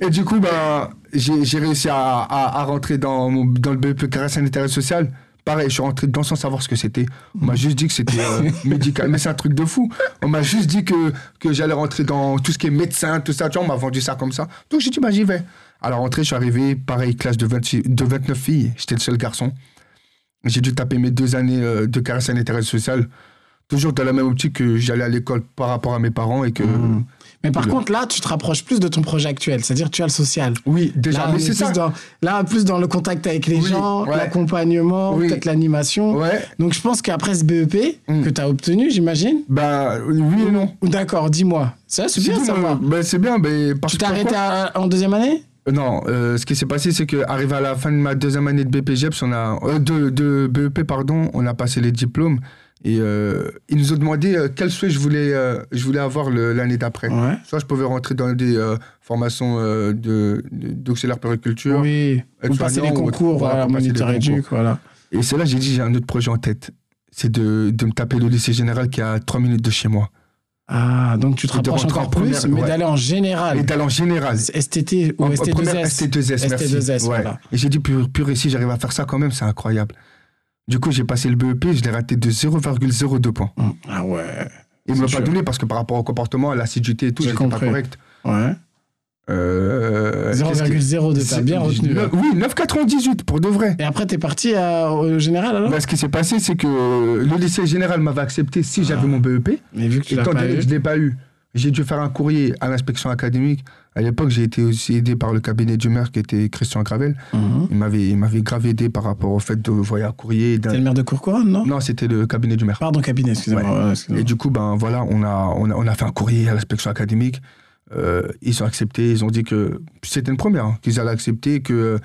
[SPEAKER 1] Et du coup, ben, j'ai j'ai réussi à, à- à rentrer dans, mon- dans le BEP carré sanitaire et social. Pareil, je suis rentré dedans sans savoir ce que c'était. On m'a juste dit que c'était euh, médical. Mais c'est un truc de fou. On m'a juste dit que, que j'allais rentrer dans tout ce qui est médecin, tout ça. Tu vois, on m'a vendu ça comme ça. Donc j'ai dit, bah, j'y vais. À la rentrée, je suis arrivé, pareil, classe de, 26 de 29 filles. J'étais le seul garçon. J'ai dû taper mes deux années euh, de carrière sanitaire et sociale toujours dans la même optique que j'allais à l'école par rapport à mes parents et que
[SPEAKER 2] Mmh. Mais par
[SPEAKER 1] Oula.
[SPEAKER 2] contre, là, tu te rapproches plus de ton projet actuel, c'est-à-dire tu as le social.
[SPEAKER 1] oui déjà
[SPEAKER 2] Là, on
[SPEAKER 1] mais
[SPEAKER 2] est
[SPEAKER 1] c'est
[SPEAKER 2] plus
[SPEAKER 1] ça
[SPEAKER 2] Dans, là, plus dans le contact avec les
[SPEAKER 1] Oui,
[SPEAKER 2] gens,
[SPEAKER 1] ouais.
[SPEAKER 2] l'accompagnement,
[SPEAKER 1] Oui.
[SPEAKER 2] peut-être l'animation.
[SPEAKER 1] ouais
[SPEAKER 2] Donc, je pense qu'après ce BEP
[SPEAKER 1] Mm.
[SPEAKER 2] que tu as obtenu, j'imagine.
[SPEAKER 1] bah oui et non
[SPEAKER 2] Ou D'accord, dis-moi. Ça, c'est bien
[SPEAKER 1] Si,
[SPEAKER 2] de savoir.
[SPEAKER 1] non, bah, c'est bien mais parce
[SPEAKER 2] Tu
[SPEAKER 1] que
[SPEAKER 2] t'es arrêté à- en deuxième année
[SPEAKER 1] pourquoi non euh, ce qui s'est passé c'est que arrivé à la fin de ma deuxième année de BPGEPS on a euh, de, de BEP pardon on a passé les diplômes et euh, ils nous ont demandé euh, quel souhait je voulais euh, je voulais avoir le- l'année d'après
[SPEAKER 2] Ouais.
[SPEAKER 1] soit je pouvais rentrer dans des euh, formations euh, de de- d'auxiliaire périculture
[SPEAKER 2] Oui. Ou passer les
[SPEAKER 1] aide-soignant, ou-
[SPEAKER 2] concours,
[SPEAKER 1] voilà,
[SPEAKER 2] voilà,
[SPEAKER 1] pour passer les
[SPEAKER 2] moniteur
[SPEAKER 1] concours.
[SPEAKER 2] éduc, voilà.
[SPEAKER 1] Et c'est là que j'ai dit j'ai un autre projet en tête. C'est de, de me taper le lycée général qui est à 3 minutes de chez moi.
[SPEAKER 2] Ah, donc tu
[SPEAKER 1] Et
[SPEAKER 2] te
[SPEAKER 1] de
[SPEAKER 2] rapproches
[SPEAKER 1] rentrer en
[SPEAKER 2] encore plus,
[SPEAKER 1] première,
[SPEAKER 2] mais
[SPEAKER 1] ouais.
[SPEAKER 2] d'aller en général.
[SPEAKER 1] Et d'aller en général.
[SPEAKER 2] STT Ah ou
[SPEAKER 1] En- en première,
[SPEAKER 2] ST2S.
[SPEAKER 1] ST2S, merci.
[SPEAKER 2] ST2S,
[SPEAKER 1] Ouais.
[SPEAKER 2] voilà.
[SPEAKER 1] Et j'ai dit, pur, pur ici, j'arrive à faire ça quand même, c'est incroyable. Du coup, j'ai passé le BEP, je l'ai raté de 0,02 points.
[SPEAKER 2] Ah ouais.
[SPEAKER 1] Ils ne me l'ont
[SPEAKER 2] C'est
[SPEAKER 1] pas
[SPEAKER 2] sûr.
[SPEAKER 1] donné parce que par rapport au comportement, à l'assiduité et tout,
[SPEAKER 2] J'ai
[SPEAKER 1] j'étais pas
[SPEAKER 2] compris.
[SPEAKER 1] correct.
[SPEAKER 2] Ouais.
[SPEAKER 1] Euh, qu'est-ce que-
[SPEAKER 2] 0,02, t'as bien retenu. Hein là.
[SPEAKER 1] Neuf- Oui, 9,98 pour de vrai.
[SPEAKER 2] Et après, t'es parti à- au général alors
[SPEAKER 1] Bah, ce qui s'est passé, c'est que le lycée général m'avait accepté si j'avais
[SPEAKER 2] Ah.
[SPEAKER 1] mon E BEP.
[SPEAKER 2] Mais vu que tu l'as
[SPEAKER 1] Étant
[SPEAKER 2] pas
[SPEAKER 1] donné que
[SPEAKER 2] eu.
[SPEAKER 1] je ne l'ai pas eu, j'ai dû faire un courrier à l'inspection académique. À l'époque, j'ai été aussi aidé par le cabinet du maire qui était Christian Gravel.
[SPEAKER 2] Mhm.
[SPEAKER 1] Il m'avait, il m'avait grave aidé par rapport au fait de voyer un courrier. et d'un-
[SPEAKER 2] T'es le maire Ah. de Courcouronne, non
[SPEAKER 1] Non, c'était le cabinet du maire.
[SPEAKER 2] Pardon, cabinet, excusez-moi. Ouais, excusez-moi.
[SPEAKER 1] Et du coup, ben voilà, on a, on a, on a fait un courrier à l'inspection académique. Euh, ils ont accepté, ils ont dit que c'était une première, hein, qu'ils allaient accepter, que euh,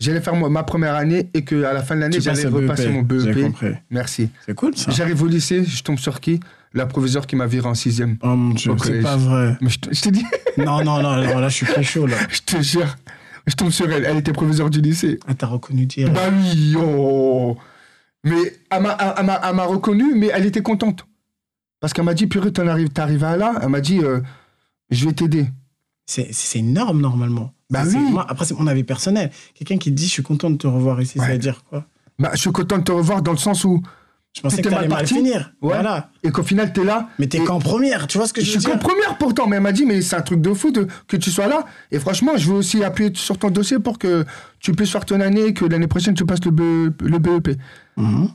[SPEAKER 1] j'allais faire moi- ma première année et qu'à la fin de l'année,
[SPEAKER 2] Tu passes
[SPEAKER 1] j'allais
[SPEAKER 2] au
[SPEAKER 1] repasser mon E
[SPEAKER 2] J'ai
[SPEAKER 1] BEP.
[SPEAKER 2] compris. Ah.
[SPEAKER 1] Merci.
[SPEAKER 2] C'est cool ça.
[SPEAKER 1] J'arrive au lycée, je tombe sur qui La proviseure qui m'a viré en sixième.
[SPEAKER 2] Oh mon dieu,
[SPEAKER 1] Au
[SPEAKER 2] c'est
[SPEAKER 1] collège.
[SPEAKER 2] pas vrai.
[SPEAKER 1] Mais je te- je t'ai dit,
[SPEAKER 2] Non, non, non, non, là je suis très chaud là.
[SPEAKER 1] Je te jure, je tombe sur elle. Elle était proviseure du lycée.
[SPEAKER 2] Ah, t'as reconnu direct.
[SPEAKER 1] Bah oui, oh. Mais elle m'a- elle m'a elle m'a reconnue, mais elle était contente. Parce qu'elle m'a dit, purée, t'en arrives, t'arrives à là. Elle m'a dit, euh, je vais t'aider.
[SPEAKER 2] C'est c'est énorme normalement.
[SPEAKER 1] Bah
[SPEAKER 2] C'est-
[SPEAKER 1] oui.
[SPEAKER 2] moi, après, c'est mon avis personnel. Quelqu'un qui te dit je suis content de te revoir ici, ça
[SPEAKER 1] Ouais.
[SPEAKER 2] veut dire quoi
[SPEAKER 1] Bah, je suis content de te revoir dans le sens où,
[SPEAKER 2] Je pensais que
[SPEAKER 1] T'étais
[SPEAKER 2] t'allais
[SPEAKER 1] mal
[SPEAKER 2] mal
[SPEAKER 1] parti.
[SPEAKER 2] finir.
[SPEAKER 1] Ouais.
[SPEAKER 2] Voilà.
[SPEAKER 1] et qu'au final, t'es là.
[SPEAKER 2] Mais t'es
[SPEAKER 1] Et-
[SPEAKER 2] qu'en première, tu vois ce que
[SPEAKER 1] Je
[SPEAKER 2] je veux
[SPEAKER 1] suis qu'en
[SPEAKER 2] dire
[SPEAKER 1] première pourtant, mais elle m'a dit, mais c'est un truc de fou de- que tu sois là. Et franchement, je veux aussi appuyer sur ton dossier pour que tu puisses faire ton année et que l'année prochaine, tu passes le, BE le E BEP.
[SPEAKER 2] Mhm.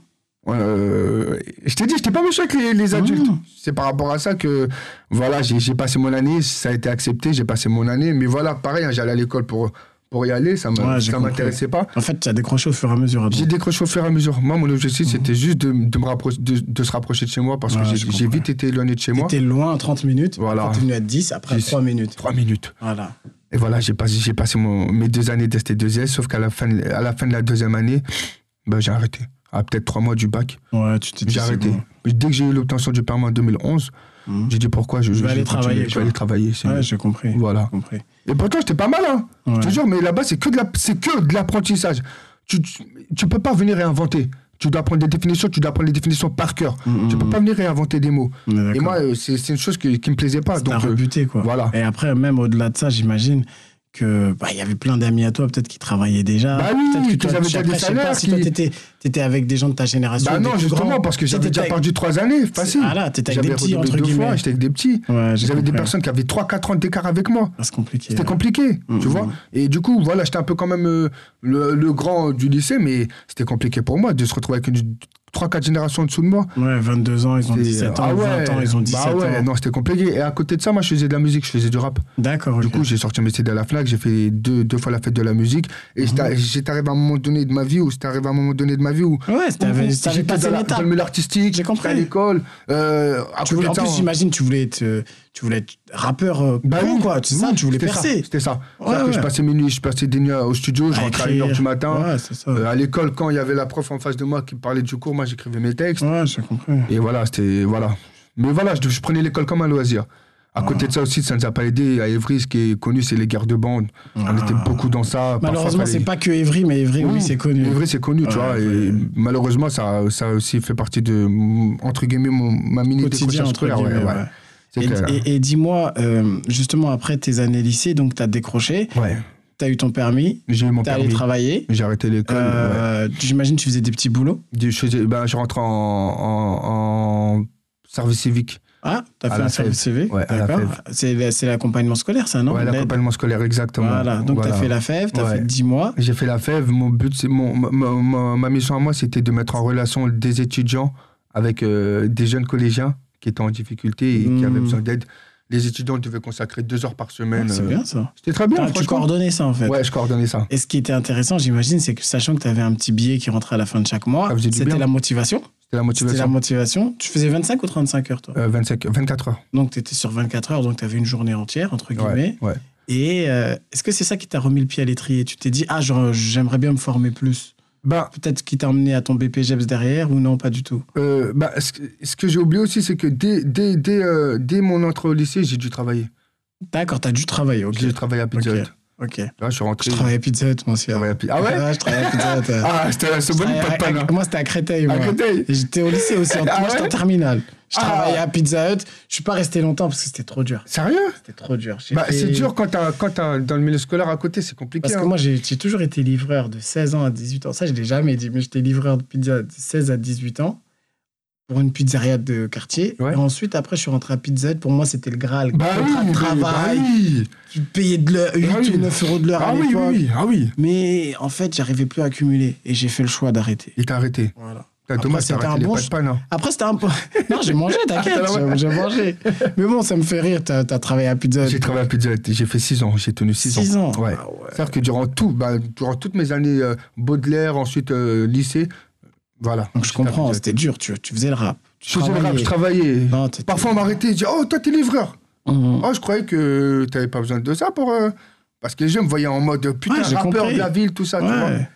[SPEAKER 1] Euh, je t'ai dit, je t'ai pas méchant avec les, les adultes.
[SPEAKER 2] Mmh.
[SPEAKER 1] C'est par rapport à ça que, voilà, j'ai j'ai passé mon année, ça a été accepté, j'ai passé mon année. Mais voilà, pareil, hein, j'allais à l'école pour, pour y aller, ça
[SPEAKER 2] Ouais,
[SPEAKER 1] me-
[SPEAKER 2] j'ai
[SPEAKER 1] ça
[SPEAKER 2] compris.
[SPEAKER 1] m'intéressait pas.
[SPEAKER 2] En fait, tu as décroché au fur et à mesure.
[SPEAKER 1] J'ai
[SPEAKER 2] donc.
[SPEAKER 1] décroché au fur et à mesure. Moi, mon objectif, c'était juste de, de me rapprocher, de, de se rapprocher de chez moi parce
[SPEAKER 2] Mhm. Ouais,
[SPEAKER 1] que j'ai-
[SPEAKER 2] je
[SPEAKER 1] j'ai
[SPEAKER 2] comprends.
[SPEAKER 1] vite été éloigné de chez moi.
[SPEAKER 2] T'étais loin 30 minutes.
[SPEAKER 1] Voilà.
[SPEAKER 2] Après, T'es venu à 10, après
[SPEAKER 1] Dix.
[SPEAKER 2] 3 minutes.
[SPEAKER 1] Trois minutes.
[SPEAKER 2] Voilà.
[SPEAKER 1] Et voilà, j'ai passé, j'ai passé mon- mes deux années d'ST2S, sauf qu'à la, fin de- à la fin de la deuxième année, ben, j'ai arrêté. À peut-être trois mois du bac,
[SPEAKER 2] Ouais, tu t'es dit.
[SPEAKER 1] j'ai
[SPEAKER 2] c'est
[SPEAKER 1] arrêté.
[SPEAKER 2] bon.
[SPEAKER 1] Dès que j'ai eu l'obtention du permis en 2011,
[SPEAKER 2] Mhm.
[SPEAKER 1] J'ai dit pourquoi je,
[SPEAKER 2] Je vais aller
[SPEAKER 1] continuer,
[SPEAKER 2] travailler,
[SPEAKER 1] Je
[SPEAKER 2] quoi.
[SPEAKER 1] vais aller travailler. c'est
[SPEAKER 2] Ouais,
[SPEAKER 1] mieux.
[SPEAKER 2] j'ai compris.
[SPEAKER 1] Voilà.
[SPEAKER 2] J'ai compris.
[SPEAKER 1] Et pourtant, j'étais pas mal, hein.
[SPEAKER 2] Ouais.
[SPEAKER 1] Je te jure, mais là-bas, c'est que de la- c'est que de l'apprentissage. Tu, tu, tu peux pas venir réinventer. Tu dois apprendre des définitions, tu dois apprendre les définitions par cœur.
[SPEAKER 2] Mhm.
[SPEAKER 1] Tu peux pas venir réinventer des mots.
[SPEAKER 2] On est d'accord.
[SPEAKER 1] Et moi, euh, c'est c'est une chose que- qui me plaisait pas.
[SPEAKER 2] T'as
[SPEAKER 1] Donc, euh,
[SPEAKER 2] rebuté, quoi.
[SPEAKER 1] voilà.
[SPEAKER 2] Et après, même au-delà de ça, j'imagine que bah, il y avait plein d'amis à toi, peut-être qui travaillaient déjà.
[SPEAKER 1] Bah oui,
[SPEAKER 2] peut-être
[SPEAKER 1] qu'ils
[SPEAKER 2] toi,
[SPEAKER 1] avaient
[SPEAKER 2] tu-
[SPEAKER 1] déjà des
[SPEAKER 2] après, Je sais pas
[SPEAKER 1] salaires
[SPEAKER 2] si toi,
[SPEAKER 1] qui-
[SPEAKER 2] t'étais t'étais avec des gens de ta génération.
[SPEAKER 1] bah
[SPEAKER 2] des
[SPEAKER 1] non,
[SPEAKER 2] plus
[SPEAKER 1] justement,
[SPEAKER 2] grands.
[SPEAKER 1] parce que
[SPEAKER 2] Tu sais,
[SPEAKER 1] j'avais déjà
[SPEAKER 2] t'étais avec-
[SPEAKER 1] perdu trois années, facile.
[SPEAKER 2] Ah là, t'étais avec des
[SPEAKER 1] J'avais
[SPEAKER 2] petits,
[SPEAKER 1] redoublé
[SPEAKER 2] entre
[SPEAKER 1] deux
[SPEAKER 2] guillemets.
[SPEAKER 1] fois, j'étais avec des petits.
[SPEAKER 2] Ouais, j'ai
[SPEAKER 1] J'avais des
[SPEAKER 2] compris.
[SPEAKER 1] personnes qui avaient 3-4 ans d'écart avec moi.
[SPEAKER 2] Ah, C'est compliqué.
[SPEAKER 1] C'était
[SPEAKER 2] ouais.
[SPEAKER 1] compliqué,
[SPEAKER 2] Mhm.
[SPEAKER 1] tu vois. Et du coup, voilà, j'étais un peu quand même euh, le, le grand du lycée, mais c'était compliqué pour moi de se retrouver avec une 3-4 générations en dessous de moi.
[SPEAKER 2] Ouais, 22 ans, ils ont
[SPEAKER 1] Et,
[SPEAKER 2] 17 ans,
[SPEAKER 1] ah ouais,
[SPEAKER 2] 20 ans, ils ont 17
[SPEAKER 1] bah ouais,
[SPEAKER 2] ans.
[SPEAKER 1] Non, c'était compliqué. Et à côté de ça, moi, je faisais de la musique, je faisais du rap.
[SPEAKER 2] D'accord,
[SPEAKER 1] Du
[SPEAKER 2] ok.
[SPEAKER 1] coup, j'ai sorti mes CD à la FNAC, j'ai fait deux, deux fois la fête de la musique. Et j'étais- j'étais arrivé à un moment donné de ma vie où c'était arrivé à un moment donné de ma vie où.
[SPEAKER 2] Ouais,
[SPEAKER 1] où
[SPEAKER 2] t'avais Mm-hmm. t'avais
[SPEAKER 1] j'étais
[SPEAKER 2] passé
[SPEAKER 1] dans, la-
[SPEAKER 2] l'étape.
[SPEAKER 1] dans le milieu artistique,
[SPEAKER 2] J'ai compris.
[SPEAKER 1] j'étais à l'école. euh, à côté
[SPEAKER 2] Tu voulais-
[SPEAKER 1] de
[SPEAKER 2] en
[SPEAKER 1] ça,
[SPEAKER 2] plus,
[SPEAKER 1] on-
[SPEAKER 2] j'imagine, tu voulais être, euh, tu voulais être rappeur euh,
[SPEAKER 1] Bah
[SPEAKER 2] pro,
[SPEAKER 1] oui,
[SPEAKER 2] quoi. C'est
[SPEAKER 1] oui,
[SPEAKER 2] ça, tu voulais
[SPEAKER 1] c'était ça,
[SPEAKER 2] percer.
[SPEAKER 1] C'était ça.
[SPEAKER 2] Ouais,
[SPEAKER 1] C'est-à-dire que
[SPEAKER 2] ouais. Ah,
[SPEAKER 1] je passais mes nuits, je passais des nuits au studio, je
[SPEAKER 2] À
[SPEAKER 1] rentrais à 1h du
[SPEAKER 2] écrire.
[SPEAKER 1] matin.
[SPEAKER 2] Ouais, c'est ça.
[SPEAKER 1] Euh, à l'école, quand il y avait la prof en face de moi qui parlait du cours, moi j'écrivais mes textes.
[SPEAKER 2] Ouais, j'ai compris.
[SPEAKER 1] Et voilà, c'était. Voilà. Mais voilà, je, je prenais l'école comme un loisir. À côté de
[SPEAKER 2] Ah.
[SPEAKER 1] ça aussi, ça ne nous a pas aidé. À Évry, ce qui est connu, c'est les guerres de bande. On était beaucoup dans ça. Parfois,
[SPEAKER 2] Ah. Malheureusement,
[SPEAKER 1] fallait- Mmh.
[SPEAKER 2] c'est pas que Evry, mais Evry, oui,
[SPEAKER 1] Oui,
[SPEAKER 2] c'est connu.
[SPEAKER 1] Évry, c'est connu, tu
[SPEAKER 2] Ouais,
[SPEAKER 1] vois.
[SPEAKER 2] ouais.
[SPEAKER 1] Et malheureusement, ça, ça aussi fait partie de, entre guillemets, mon, ma mini
[SPEAKER 2] quotidien,
[SPEAKER 1] décrochage
[SPEAKER 2] entre
[SPEAKER 1] scolaire. ouais,
[SPEAKER 2] guillemets,
[SPEAKER 1] ouais.
[SPEAKER 2] ouais.
[SPEAKER 1] C'est
[SPEAKER 2] Et-
[SPEAKER 1] clair.
[SPEAKER 2] Et, et dis-moi, euh, justement, après tes années lycée, donc tu as décroché,
[SPEAKER 1] Ouais.
[SPEAKER 2] tu as eu ton permis,
[SPEAKER 1] J'ai eu mon
[SPEAKER 2] tu allé
[SPEAKER 1] permis.
[SPEAKER 2] travailler.
[SPEAKER 1] J'ai arrêté l'école. ouais.
[SPEAKER 2] Euh, J'imagine que tu faisais des petits boulots.
[SPEAKER 1] Du- Je, faisais- ben, je rentre en, en- en service civique.
[SPEAKER 2] Ah, tu as
[SPEAKER 1] À
[SPEAKER 2] fait
[SPEAKER 1] la
[SPEAKER 2] un service CV.
[SPEAKER 1] Ouais, à la
[SPEAKER 2] D'accord.
[SPEAKER 1] fève.
[SPEAKER 2] C'est la- c'est l'accompagnement scolaire, ça, non
[SPEAKER 1] ouais,
[SPEAKER 2] L'aide.
[SPEAKER 1] l'accompagnement scolaire, exactement.
[SPEAKER 2] Voilà, donc tu as
[SPEAKER 1] Voilà.
[SPEAKER 2] fait la fève, tu as
[SPEAKER 1] Ouais.
[SPEAKER 2] fait 10 mois.
[SPEAKER 1] J'ai fait la fève. Mon but, c'est mon, ma, ma- ma- ma mission à moi, c'était de mettre en relation des étudiants avec euh, des jeunes collégiens qui étaient en difficulté et qui
[SPEAKER 2] Hmm.
[SPEAKER 1] avaient besoin d'aide. Les étudiants devaient consacrer deux heures par
[SPEAKER 2] Ah,
[SPEAKER 1] semaine.
[SPEAKER 2] C'est
[SPEAKER 1] euh,
[SPEAKER 2] bien ça.
[SPEAKER 1] C'était très bien.
[SPEAKER 2] T'as- tu
[SPEAKER 1] franchement.
[SPEAKER 2] coordonnais ça en fait.
[SPEAKER 1] Ouais, je coordonnais ça.
[SPEAKER 2] Et ce qui était intéressant, j'imagine, c'est que sachant que tu avais un petit billet qui rentrait à la fin de chaque mois,
[SPEAKER 1] Ça faisait du
[SPEAKER 2] c'était
[SPEAKER 1] bien.
[SPEAKER 2] la motivation.
[SPEAKER 1] C'était la
[SPEAKER 2] C'était la
[SPEAKER 1] motivation.
[SPEAKER 2] motivation. Tu faisais 25 ou 35 heures, toi
[SPEAKER 1] Euh, 25, 24 heures.
[SPEAKER 2] Donc, tu étais sur 24 heures, donc tu avais une journée entière, entre guillemets.
[SPEAKER 1] Ouais, ouais.
[SPEAKER 2] Et euh, est-ce que c'est ça qui t'a remis le pied à l'étrier Tu t'es dit, ah, genre, j'aimerais bien me former plus.
[SPEAKER 1] Bah,
[SPEAKER 2] Peut-être qui t'a emmené à ton BPGEPS derrière ou non, pas du tout.
[SPEAKER 1] euh, bah, ce que, ce que j'ai oublié aussi, c'est que dès, dès, dès, euh, dès mon entrée au lycée, j'ai dû travailler.
[SPEAKER 2] D'accord, t'as dû travailler, ok.
[SPEAKER 1] J'ai travaillé à Pizza
[SPEAKER 2] Ok.
[SPEAKER 1] Hut.
[SPEAKER 2] Ok.
[SPEAKER 1] Là, je suis rentré.
[SPEAKER 2] Je travaillais à Pizza Hut, moi aussi.
[SPEAKER 1] je travaillais à Pi- Ah ouais
[SPEAKER 2] Je travaillais à Pizza Hut. ouais.
[SPEAKER 1] Ah, c'était la
[SPEAKER 2] Je
[SPEAKER 1] Sobonie, pas
[SPEAKER 2] travaillais
[SPEAKER 1] de panne.
[SPEAKER 2] à-
[SPEAKER 1] hein.
[SPEAKER 2] Moi, c'était à Créteil.
[SPEAKER 1] À
[SPEAKER 2] moi.
[SPEAKER 1] Créteil.
[SPEAKER 2] Et j'étais au lycée aussi. En,
[SPEAKER 1] Ah
[SPEAKER 2] moi, j'étais en
[SPEAKER 1] ouais
[SPEAKER 2] terminale. Je
[SPEAKER 1] Ah.
[SPEAKER 2] travaillais à Pizza Hut. Je suis pas resté longtemps parce que c'était trop dur.
[SPEAKER 1] Sérieux
[SPEAKER 2] C'était trop dur. J'ai
[SPEAKER 1] bah,
[SPEAKER 2] fait-
[SPEAKER 1] C'est dur quand t'as quand t'as- dans le milieu scolaire à côté, c'est compliqué.
[SPEAKER 2] Parce que
[SPEAKER 1] hein.
[SPEAKER 2] moi, j'ai j'ai toujours été livreur de 16 ans à 18 ans. Ça, je l'ai jamais dit, mais j'étais livreur de pizza de 16 à 18 ans pour une pizzeria de quartier.
[SPEAKER 1] Ouais.
[SPEAKER 2] Et ensuite, après, je suis rentré à Pizza Hut. Pour moi, c'était le Graal.
[SPEAKER 1] Bah oui,
[SPEAKER 2] Contrat de
[SPEAKER 1] bah-
[SPEAKER 2] travail,
[SPEAKER 1] bah oui.
[SPEAKER 2] tu payais de l'heure, 8
[SPEAKER 1] Ah oui.
[SPEAKER 2] ou 9 euros de l'heure
[SPEAKER 1] Ah
[SPEAKER 2] à
[SPEAKER 1] oui, oui,
[SPEAKER 2] l'époque.
[SPEAKER 1] oui, ah oui.
[SPEAKER 2] Mais en fait, j'arrivais plus à accumuler et j'ai fait le choix d'arrêter.
[SPEAKER 1] Il t'a arrêté.
[SPEAKER 2] Voilà.
[SPEAKER 1] T'as
[SPEAKER 2] Après,
[SPEAKER 1] dommage,
[SPEAKER 2] c'était
[SPEAKER 1] t'as
[SPEAKER 2] un
[SPEAKER 1] arrêté les
[SPEAKER 2] bon
[SPEAKER 1] pas de
[SPEAKER 2] ch-
[SPEAKER 1] panne. hein.
[SPEAKER 2] Après, c'était un peu. Non, j'ai mangé, t'inquiète,
[SPEAKER 1] Ah, ouais.
[SPEAKER 2] j'ai- j'ai mangé. Mais bon, ça me fait rire. T'as as travaillé à Pizza Hut.
[SPEAKER 1] J'ai travaillé à Pizza Hut, j'ai fait 6 ans, j'ai tenu 6 ans.
[SPEAKER 2] 6 Euh, ans.
[SPEAKER 1] Ouais.
[SPEAKER 2] Ah ouais.
[SPEAKER 1] C'est-à-dire que durant, tout, bah, durant toutes mes années euh, Baudelaire, ensuite euh, lycée, voilà.
[SPEAKER 2] Donc, je comprends, c'était dur. Tu, tu faisais le rap. Tu
[SPEAKER 1] Je faisais le rap, je travaillais.
[SPEAKER 2] Non, t'étais-
[SPEAKER 1] Parfois, on m'arrêtait et disait Oh, toi, t'es livreur.
[SPEAKER 2] Mhm.
[SPEAKER 1] Oh, je croyais que t'avais pas besoin de ça pour. euh, Parce que les gens me voyaient en mode Putain,
[SPEAKER 2] Ouais, j'ai
[SPEAKER 1] rappeur
[SPEAKER 2] compris.
[SPEAKER 1] de la ville, tout ça, Ah, tu vois.
[SPEAKER 2] Ouais.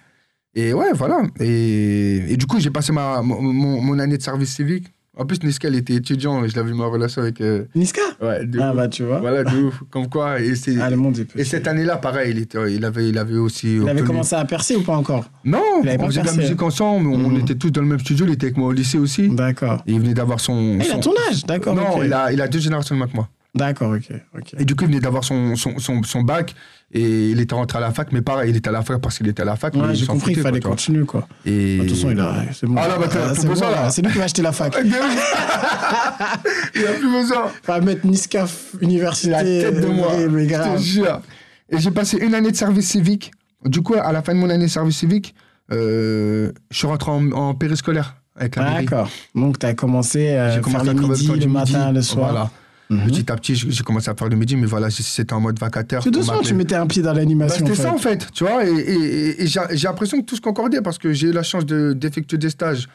[SPEAKER 1] Et ouais, voilà. Et, et du coup, j'ai passé ma, mon, mon- mon année de service civique. En plus, Niska, elle était étudiant et je l'avais mis en relation avec. euh,
[SPEAKER 2] Niska
[SPEAKER 1] ouais, de
[SPEAKER 2] Ah
[SPEAKER 1] ouf.
[SPEAKER 2] bah tu vois.
[SPEAKER 1] Voilà, de ouf. Comme quoi. Et, c'est-
[SPEAKER 2] Ah, le monde est petit.
[SPEAKER 1] et cette année-là, pareil, il, était, il, avait, il avait aussi.
[SPEAKER 2] Il avait
[SPEAKER 1] obtenu-
[SPEAKER 2] commencé à percer ou pas encore
[SPEAKER 1] Non,
[SPEAKER 2] Il avait
[SPEAKER 1] on
[SPEAKER 2] pas
[SPEAKER 1] faisait de la
[SPEAKER 2] percé.
[SPEAKER 1] musique ensemble, on, on
[SPEAKER 2] Mhm.
[SPEAKER 1] était tous dans le même studio, il était avec moi au lycée aussi.
[SPEAKER 2] D'accord.
[SPEAKER 1] Et il venait d'avoir son.
[SPEAKER 2] Hmm. Ah, il a
[SPEAKER 1] son-
[SPEAKER 2] ton âge, d'accord.
[SPEAKER 1] Non,
[SPEAKER 2] ok.
[SPEAKER 1] il, a, il a deux générations de moins que moi.
[SPEAKER 2] D'accord, ok. ok.
[SPEAKER 1] Et du coup, il venait d'avoir son, son, son, son bac et il était rentré à la fac, mais pareil, il était à la fac parce qu'il était à la fac.
[SPEAKER 2] Ouais,
[SPEAKER 1] mais
[SPEAKER 2] j'ai
[SPEAKER 1] s'en
[SPEAKER 2] compris, il
[SPEAKER 1] foutait,
[SPEAKER 2] fallait
[SPEAKER 1] quoi, tu
[SPEAKER 2] continuer quoi.
[SPEAKER 1] vois. Et...
[SPEAKER 2] De toute façon, il a. C'est bon.
[SPEAKER 1] Ah, là, bah, t'as- t'as
[SPEAKER 2] c'est
[SPEAKER 1] pas ça, là.
[SPEAKER 2] C'est lui qui va acheter la fac.
[SPEAKER 1] il a plus besoin.
[SPEAKER 2] Va mettre Niska f- Université.
[SPEAKER 1] La tête de
[SPEAKER 2] euh,
[SPEAKER 1] moi.
[SPEAKER 2] oui, Mais
[SPEAKER 1] Je te
[SPEAKER 2] grave.
[SPEAKER 1] jure. Et j'ai passé une année de service civique. Du coup, à la fin de mon année de service civique, euh, je suis rentré en, en périscolaire avec la mairie.
[SPEAKER 2] D'accord. Donc t'as commencé euh,
[SPEAKER 1] J'ai
[SPEAKER 2] faire
[SPEAKER 1] commencé
[SPEAKER 2] le
[SPEAKER 1] à travailler
[SPEAKER 2] midi,
[SPEAKER 1] autour
[SPEAKER 2] le
[SPEAKER 1] du midi.
[SPEAKER 2] matin, le soir.
[SPEAKER 1] Voilà.
[SPEAKER 2] Mhm.
[SPEAKER 1] Petit à petit, j'ai j'ai commencé à faire le midi, mais voilà, c'était en mode vacataire.
[SPEAKER 2] Tout
[SPEAKER 1] on
[SPEAKER 2] doucement,
[SPEAKER 1] m'appelait.
[SPEAKER 2] tu mettais un pied dans
[SPEAKER 1] Bah,
[SPEAKER 2] l'animation.
[SPEAKER 1] c'était
[SPEAKER 2] en
[SPEAKER 1] ça
[SPEAKER 2] fait.
[SPEAKER 1] en fait, tu vois, et, et- et- et j'ai j'ai l'impression que tout se concordait parce que j'ai eu la chance de- d'effectuer des stages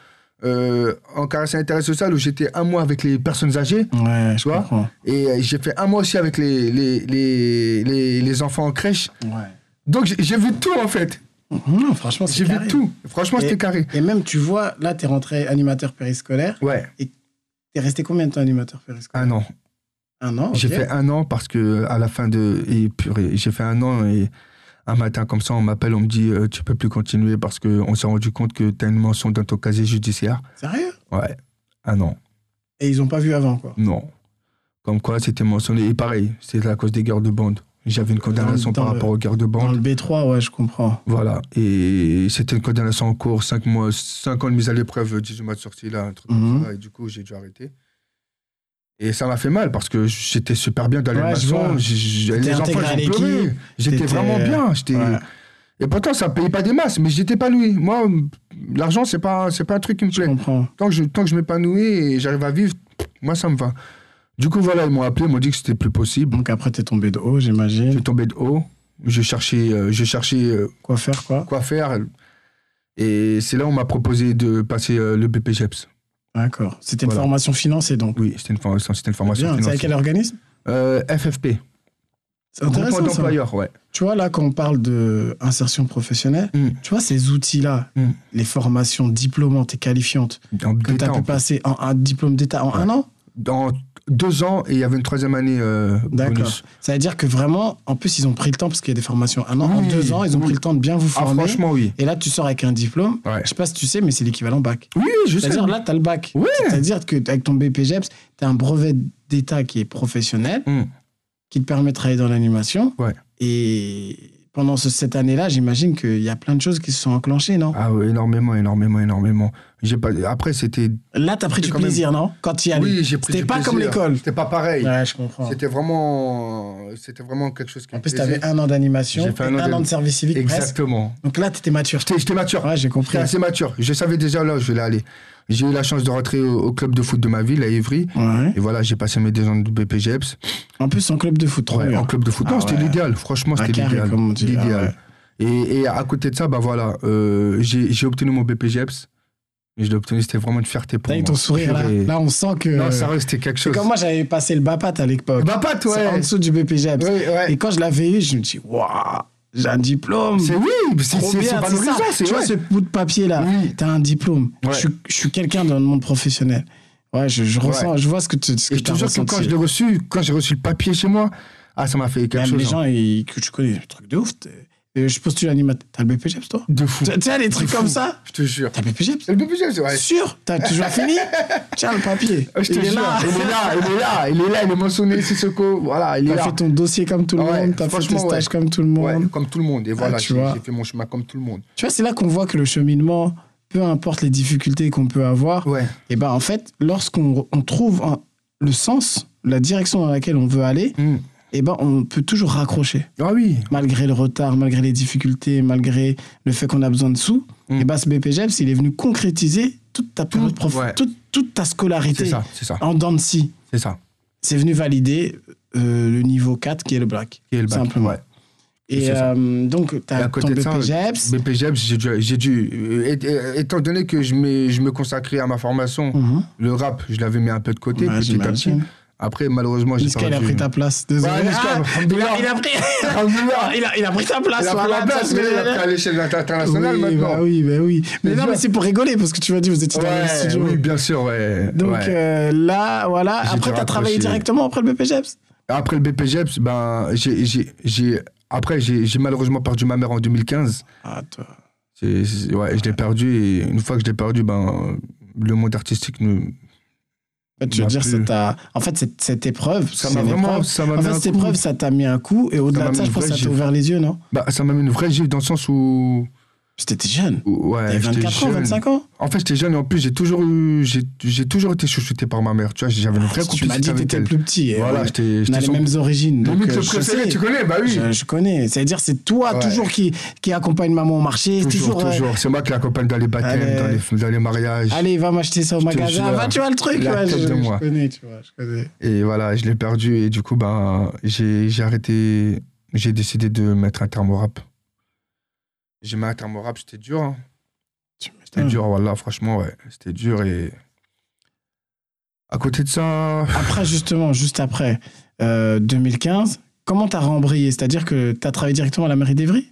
[SPEAKER 1] euh, en carrière intérêt social où j'étais un mois avec les personnes âgées
[SPEAKER 2] Ouais, je
[SPEAKER 1] vois
[SPEAKER 2] comprends.
[SPEAKER 1] et euh, j'ai fait un mois aussi avec les, les, les, les, les enfants en crèche.
[SPEAKER 2] Ouais.
[SPEAKER 1] Donc j'ai- j'ai vu tout en fait,
[SPEAKER 2] Non, Mhm, franchement, Oh, c'est
[SPEAKER 1] j'ai vu
[SPEAKER 2] carré.
[SPEAKER 1] tout. Franchement,
[SPEAKER 2] Et-
[SPEAKER 1] c'était carré.
[SPEAKER 2] Et même, tu vois, là, t'es rentré animateur périscolaire.
[SPEAKER 1] Ouais,
[SPEAKER 2] T'es resté combien de temps animateur périscolaire
[SPEAKER 1] un an.
[SPEAKER 2] Un an.
[SPEAKER 1] J'ai
[SPEAKER 2] ok.
[SPEAKER 1] fait un an parce que à la fin de. Et purée, j'ai fait un an et un matin comme ça, on m'appelle, on me dit euh, tu peux plus continuer parce qu'on s'est rendu compte que tu as une mention dans ton casier judiciaire.
[SPEAKER 2] Sérieux
[SPEAKER 1] Ouais, un an.
[SPEAKER 2] Et ils ont pas vu avant, quoi.
[SPEAKER 1] Non. Comme quoi, c'était mentionné. Et pareil, c'était à cause des guerres de bande. J'avais une condamnation
[SPEAKER 2] Dans le-
[SPEAKER 1] par rapport aux guerres de
[SPEAKER 2] Dans
[SPEAKER 1] bande.
[SPEAKER 2] le B3, ouais, je comprends.
[SPEAKER 1] Voilà. Et c'était une condamnation en cours, 5 mois, 5 ans de mise à l'épreuve, 18 mois de sortie, là, un truc comme
[SPEAKER 2] Mhm.
[SPEAKER 1] ça. Et du coup, j'ai dû arrêter. Et ça m'a fait mal parce que j'étais super bien dans
[SPEAKER 2] Ouais, je vois.
[SPEAKER 1] l'animation. J'ai- j'ai-
[SPEAKER 2] T'étais
[SPEAKER 1] Les enfants,
[SPEAKER 2] intégré à
[SPEAKER 1] ils ont
[SPEAKER 2] l'équipe,
[SPEAKER 1] pleuré. J'étais
[SPEAKER 2] t'étais- euh,
[SPEAKER 1] vraiment bien. j'étais-
[SPEAKER 2] Ouais,
[SPEAKER 1] Et pourtant, ça payait pas des masses, mais j'étais pas lui. Moi, l'argent, c'est pas, c'est pas un truc qui me
[SPEAKER 2] je
[SPEAKER 1] plaît
[SPEAKER 2] comprends.
[SPEAKER 1] tant que je, tant que je m'épanouis et j'arrive à vivre, moi ça me va. Du coup, voilà, ils m'ont appelé, ils m'ont dit que c'était plus possible.
[SPEAKER 2] Donc après, t'es tombé de haut, j'imagine.
[SPEAKER 1] J'ai tombé de haut, je cherchais, euh, je cherchais euh,
[SPEAKER 2] Quoi faire, quoi
[SPEAKER 1] quoi faire. Et c'est là où on m'a proposé de passer euh, le BPGEPS.
[SPEAKER 2] D'accord. C'était une
[SPEAKER 1] Voilà.
[SPEAKER 2] formation financée, donc.
[SPEAKER 1] Oui, c'était une, for- c'était une formation
[SPEAKER 2] Bien, tu sais
[SPEAKER 1] financière.
[SPEAKER 2] quel organisme
[SPEAKER 1] Euh, FFP,
[SPEAKER 2] C'est
[SPEAKER 1] groupement
[SPEAKER 2] intéressant, ça.
[SPEAKER 1] d'employeurs, ouais.
[SPEAKER 2] Tu vois, là, quand on parle de insertion professionnelle,
[SPEAKER 1] Mm.
[SPEAKER 2] tu vois, ces outils-là,
[SPEAKER 1] Mm.
[SPEAKER 2] les formations diplômantes et qualifiantes
[SPEAKER 1] En
[SPEAKER 2] que tu as
[SPEAKER 1] détente.
[SPEAKER 2] pu passer en un diplôme d'État en
[SPEAKER 1] Ouais.
[SPEAKER 2] un an
[SPEAKER 1] Dans- deux ans et il y avait une troisième année euh,
[SPEAKER 2] D'accord.
[SPEAKER 1] bonus.
[SPEAKER 2] Ça veut dire que vraiment, en plus, ils ont pris le temps, parce qu'il y a des formations un an, en
[SPEAKER 1] Oui,
[SPEAKER 2] deux ans, ils ont
[SPEAKER 1] oui.
[SPEAKER 2] pris le temps de bien vous
[SPEAKER 1] Ah,
[SPEAKER 2] former.
[SPEAKER 1] franchement, oui.
[SPEAKER 2] et là, tu sors avec un diplôme.
[SPEAKER 1] Ouais.
[SPEAKER 2] Je sais pas si tu sais, mais c'est l'équivalent bac.
[SPEAKER 1] Oui, je sais.
[SPEAKER 2] C'est-à-dire, là, tu as le bac.
[SPEAKER 1] Ouais.
[SPEAKER 2] C'est-à-dire que avec ton BPGEPS, tu as un brevet d'État qui est professionnel,
[SPEAKER 1] Mm.
[SPEAKER 2] qui te permet de travailler dans l'animation.
[SPEAKER 1] Ouais.
[SPEAKER 2] Et pendant ce- cette année-là, j'imagine qu'il y a plein de choses qui se sont enclenchées, non
[SPEAKER 1] Ah ouais, énormément, énormément, énormément. J'ai pas... Après, c'était.
[SPEAKER 2] Là, tu as pris
[SPEAKER 1] C'est
[SPEAKER 2] du
[SPEAKER 1] quand même-
[SPEAKER 2] plaisir, non Quand tu y allais.
[SPEAKER 1] Oui, j'ai pris
[SPEAKER 2] C'était
[SPEAKER 1] du
[SPEAKER 2] pas
[SPEAKER 1] plaisir.
[SPEAKER 2] comme l'école.
[SPEAKER 1] C'était pas pareil.
[SPEAKER 2] Ouais, je comprends.
[SPEAKER 1] C'était vraiment. C'était vraiment quelque chose qui.
[SPEAKER 2] En
[SPEAKER 1] me
[SPEAKER 2] plus, tu
[SPEAKER 1] plaisait.
[SPEAKER 2] avais un an d'animation,
[SPEAKER 1] J'ai
[SPEAKER 2] et
[SPEAKER 1] fait
[SPEAKER 2] un,
[SPEAKER 1] un an
[SPEAKER 2] an de
[SPEAKER 1] d'an-
[SPEAKER 2] service civique presque.
[SPEAKER 1] Exactement.
[SPEAKER 2] Donc là, tu étais mature.
[SPEAKER 1] J'étais j'étais mature.
[SPEAKER 2] Ouais, j'ai compris.
[SPEAKER 1] J'étais assez mature. Je savais déjà là où je voulais aller. J'ai eu la chance de rentrer au, au club de foot de ma ville, à Évry.
[SPEAKER 2] Ouais.
[SPEAKER 1] Et voilà, j'ai passé mes deux ans de BPGEPS
[SPEAKER 2] En plus, en club de foot, trop
[SPEAKER 1] E Ouais,
[SPEAKER 2] bien.
[SPEAKER 1] en club de foot. Non,
[SPEAKER 2] Ah
[SPEAKER 1] c'était
[SPEAKER 2] ouais.
[SPEAKER 1] l'idéal. Franchement,
[SPEAKER 2] Un
[SPEAKER 1] c'était
[SPEAKER 2] carré,
[SPEAKER 1] l'idéal.
[SPEAKER 2] comme on dit, Ah
[SPEAKER 1] L'idéal. Et, et à côté de ça, bah voilà, euh, j'ai j'ai obtenu mon BPGEPS. E Et je l'ai obtenu, c'était vraiment une fierté pour
[SPEAKER 2] T'as eu
[SPEAKER 1] moi.
[SPEAKER 2] ton sourire là.
[SPEAKER 1] Purée.
[SPEAKER 2] Là, on sent que.
[SPEAKER 1] Non, sérieux, c'était quelque
[SPEAKER 2] C'est
[SPEAKER 1] chose.
[SPEAKER 2] comme moi, j'avais passé le BAPAT à l'époque.
[SPEAKER 1] Bah, pas toi.
[SPEAKER 2] C'est en dessous du BPGEPS.
[SPEAKER 1] Ouais, ouais.
[SPEAKER 2] E Et quand je l'avais eu, je me suis dit, waouh, j'ai un diplôme.
[SPEAKER 1] C'est oui, c'est
[SPEAKER 2] Trop
[SPEAKER 1] c'est-
[SPEAKER 2] bien,
[SPEAKER 1] c'est
[SPEAKER 2] c'est
[SPEAKER 1] valorisant.
[SPEAKER 2] ça.
[SPEAKER 1] c'est
[SPEAKER 2] Tu vois
[SPEAKER 1] ouais.
[SPEAKER 2] ce bout de papier là,
[SPEAKER 1] Oui.
[SPEAKER 2] t'as un diplôme.
[SPEAKER 1] Ouais.
[SPEAKER 2] Je, suis- je suis quelqu'un dans le monde professionnel. Ouais, je, je ressens, je vois ce que tu ce
[SPEAKER 1] Et
[SPEAKER 2] que
[SPEAKER 1] je te
[SPEAKER 2] t'as
[SPEAKER 1] jure que quand
[SPEAKER 2] ressenti.
[SPEAKER 1] je l'ai reçu, quand j'ai reçu le papier chez moi, ah, ça m'a fait quelque
[SPEAKER 2] Même
[SPEAKER 1] chose.
[SPEAKER 2] les
[SPEAKER 1] hein.
[SPEAKER 2] gens ils- que tu connais, des trucs de ouf. t'es- euh, je postule animateur. T'as le BPGEPS E toi
[SPEAKER 1] De fou.
[SPEAKER 2] Tu tu sais, les trucs comme
[SPEAKER 1] fou.
[SPEAKER 2] ça
[SPEAKER 1] Je te jure.
[SPEAKER 2] T'as le BPGEPS
[SPEAKER 1] C'est le BPGEPS, ouais.
[SPEAKER 2] E Sûr T'as toujours fini Tiens, le papier.
[SPEAKER 1] Ah, Je te
[SPEAKER 2] il est
[SPEAKER 1] jure,
[SPEAKER 2] là.
[SPEAKER 1] il est là, il est là, il est là, il est mentionné, Sissoko, voilà, il est
[SPEAKER 2] T'as
[SPEAKER 1] là.
[SPEAKER 2] fait ton dossier comme tout le
[SPEAKER 1] Ouais,
[SPEAKER 2] monde, t'as fait tes
[SPEAKER 1] franchement,
[SPEAKER 2] stages
[SPEAKER 1] ouais.
[SPEAKER 2] comme tout le monde. Ah,
[SPEAKER 1] Ouais, comme tout le monde, et voilà,
[SPEAKER 2] tu
[SPEAKER 1] j'ai
[SPEAKER 2] vois.
[SPEAKER 1] j'ai fait mon chemin comme tout le monde.
[SPEAKER 2] Tu vois, c'est là qu'on voit que le cheminement, peu importe les difficultés qu'on peut avoir,
[SPEAKER 1] Ouais,
[SPEAKER 2] et ben en fait, lorsqu'on on trouve un- le sens, la direction dans laquelle on veut aller,
[SPEAKER 1] Mm.
[SPEAKER 2] et ben on peut toujours raccrocher.
[SPEAKER 1] ah oui,
[SPEAKER 2] Malgré le retard, malgré les difficultés, malgré le fait qu'on a besoin de sous,
[SPEAKER 1] Mm.
[SPEAKER 2] et ben ce BPGEPS, il est venu concrétiser toute ta période
[SPEAKER 1] Tout,
[SPEAKER 2] prof-
[SPEAKER 1] ouais.
[SPEAKER 2] toute, toute ta
[SPEAKER 1] c'est
[SPEAKER 2] scolarité
[SPEAKER 1] ça, c'est ça,
[SPEAKER 2] en dents de scie.
[SPEAKER 1] c'est ça,
[SPEAKER 2] C'est venu valider euh, le niveau 4 qui est le black.
[SPEAKER 1] qui est le bac.
[SPEAKER 2] Simplement.
[SPEAKER 1] Ouais.
[SPEAKER 2] Et
[SPEAKER 1] C'est ça.
[SPEAKER 2] euh, donc, tu
[SPEAKER 1] Et
[SPEAKER 2] as
[SPEAKER 1] à
[SPEAKER 2] ton
[SPEAKER 1] côté de ça, euh,
[SPEAKER 2] BPGEPS.
[SPEAKER 1] BPGEPS, j'ai dû, j'ai dû euh, et- et- étant donné que je, m'ai- je me consacrais à ma formation,
[SPEAKER 2] Mhm.
[SPEAKER 1] le rap, je l'avais mis un peu de côté,
[SPEAKER 2] Ouais,
[SPEAKER 1] petit à petit.
[SPEAKER 2] j'imagine.
[SPEAKER 1] Après, malheureusement, j'ai
[SPEAKER 2] Niska, il a
[SPEAKER 1] perdu.
[SPEAKER 2] pris ta place. Désolé.
[SPEAKER 1] Ouais, Niska,
[SPEAKER 2] Ah, il,
[SPEAKER 1] alhamdoulilah.
[SPEAKER 2] a, il a pris,
[SPEAKER 1] Alhamdoulilah.
[SPEAKER 2] il, a, il a pris ta place.
[SPEAKER 1] Il a pris
[SPEAKER 2] voilà,
[SPEAKER 1] la place,
[SPEAKER 2] ça,
[SPEAKER 1] mais
[SPEAKER 2] c'est-
[SPEAKER 1] il a pris à l'échelle internationale
[SPEAKER 2] oui, bah
[SPEAKER 1] maintenant.
[SPEAKER 2] oui, bah oui. Mais,
[SPEAKER 1] Mais
[SPEAKER 2] non,
[SPEAKER 1] bien.
[SPEAKER 2] mais c'est pour rigoler parce que tu m'as dit vous étiez dans le
[SPEAKER 1] Ouais,
[SPEAKER 2] studio.
[SPEAKER 1] oui, bien sûr, ouais.
[SPEAKER 2] Donc
[SPEAKER 1] ouais.
[SPEAKER 2] euh, là, voilà.
[SPEAKER 1] J'ai
[SPEAKER 2] Après,
[SPEAKER 1] dû
[SPEAKER 2] tu as travaillé
[SPEAKER 1] raccrocher.
[SPEAKER 2] directement après le BPGEPS.
[SPEAKER 1] Après le BPGEPS, ben, j'ai, j'ai, j'ai- après, j'ai, j'ai malheureusement perdu ma mère en 2015.
[SPEAKER 2] Ah, toi.
[SPEAKER 1] C'est, c'est- ouais, je l'ai perdu et une fois que je l'ai perdu, ben, le monde artistique, nous,
[SPEAKER 2] En fait, tu veux
[SPEAKER 1] Bah,
[SPEAKER 2] dire,
[SPEAKER 1] plus.
[SPEAKER 2] ça t'a. En fait, cette, cette épreuve, parce
[SPEAKER 1] ça
[SPEAKER 2] que
[SPEAKER 1] m'a
[SPEAKER 2] c'est une
[SPEAKER 1] vraiment,
[SPEAKER 2] épreuve-
[SPEAKER 1] ça m'a
[SPEAKER 2] En
[SPEAKER 1] mis
[SPEAKER 2] fait,
[SPEAKER 1] un
[SPEAKER 2] cette
[SPEAKER 1] coup.
[SPEAKER 2] épreuve, ça t'a mis un coup et
[SPEAKER 1] Ça
[SPEAKER 2] au-delà
[SPEAKER 1] m'a
[SPEAKER 2] de ça,
[SPEAKER 1] mis
[SPEAKER 2] je
[SPEAKER 1] une
[SPEAKER 2] pense que ça
[SPEAKER 1] vraie
[SPEAKER 2] t'a ouvert les yeux, non
[SPEAKER 1] Bah, ça m'a mis une vraie gifle dans le sens où,
[SPEAKER 2] Parce que t'étais jeune.
[SPEAKER 1] où- ouais,
[SPEAKER 2] T'avais
[SPEAKER 1] j'étais
[SPEAKER 2] 24 ans,
[SPEAKER 1] jeune.
[SPEAKER 2] 25 ans.
[SPEAKER 1] En fait, j'étais jeune et en plus, j'ai toujours eu, j'ai, j'ai toujours été chouchouté par ma mère. Tu vois, j'avais une vraie
[SPEAKER 2] Parce que Ah, Tu m'as
[SPEAKER 1] complicité
[SPEAKER 2] dit que
[SPEAKER 1] avec
[SPEAKER 2] t'étais
[SPEAKER 1] elle.
[SPEAKER 2] le plus petit. et
[SPEAKER 1] Voilà,
[SPEAKER 2] ouais.
[SPEAKER 1] j'étais,
[SPEAKER 2] On
[SPEAKER 1] j'étais
[SPEAKER 2] a les
[SPEAKER 1] son-
[SPEAKER 2] mêmes origines.
[SPEAKER 1] Mon
[SPEAKER 2] Donc,
[SPEAKER 1] mix
[SPEAKER 2] euh, je
[SPEAKER 1] préféré,
[SPEAKER 2] sais.
[SPEAKER 1] tu connais, bah oui.
[SPEAKER 2] Je, je connais. C'est-à-dire, c'est toi
[SPEAKER 1] Ouais.
[SPEAKER 2] toujours qui, qui accompagne maman au marché.
[SPEAKER 1] toujours,
[SPEAKER 2] euh,
[SPEAKER 1] toujours. C'est moi qui l'accompagne dans les baptêmes,
[SPEAKER 2] Allez.
[SPEAKER 1] dans les, dans les mariages.
[SPEAKER 2] euh, Allez, va m'acheter ça au
[SPEAKER 1] te
[SPEAKER 2] magasin.
[SPEAKER 1] jure.
[SPEAKER 2] Va, tu vois le truc.
[SPEAKER 1] La
[SPEAKER 2] ouais, je,
[SPEAKER 1] tête de
[SPEAKER 2] je
[SPEAKER 1] moi.
[SPEAKER 2] connais, tu vois. Je connais.
[SPEAKER 1] Et voilà, je l'ai perdu et du coup, ben, j'ai j'ai arrêté, j'ai décidé de mettre un terme au rap. J'ai mis un terme au rap, c'était dur. hein.
[SPEAKER 2] Tu
[SPEAKER 1] C'était
[SPEAKER 2] m'étonnes.
[SPEAKER 1] dur, voilà, franchement, ouais. C'était dur et. À côté de ça.
[SPEAKER 2] Après, justement, juste après euh, 2015, comment t'as rembrayé C'est-à-dire que t'as travaillé directement à la mairie d'Evry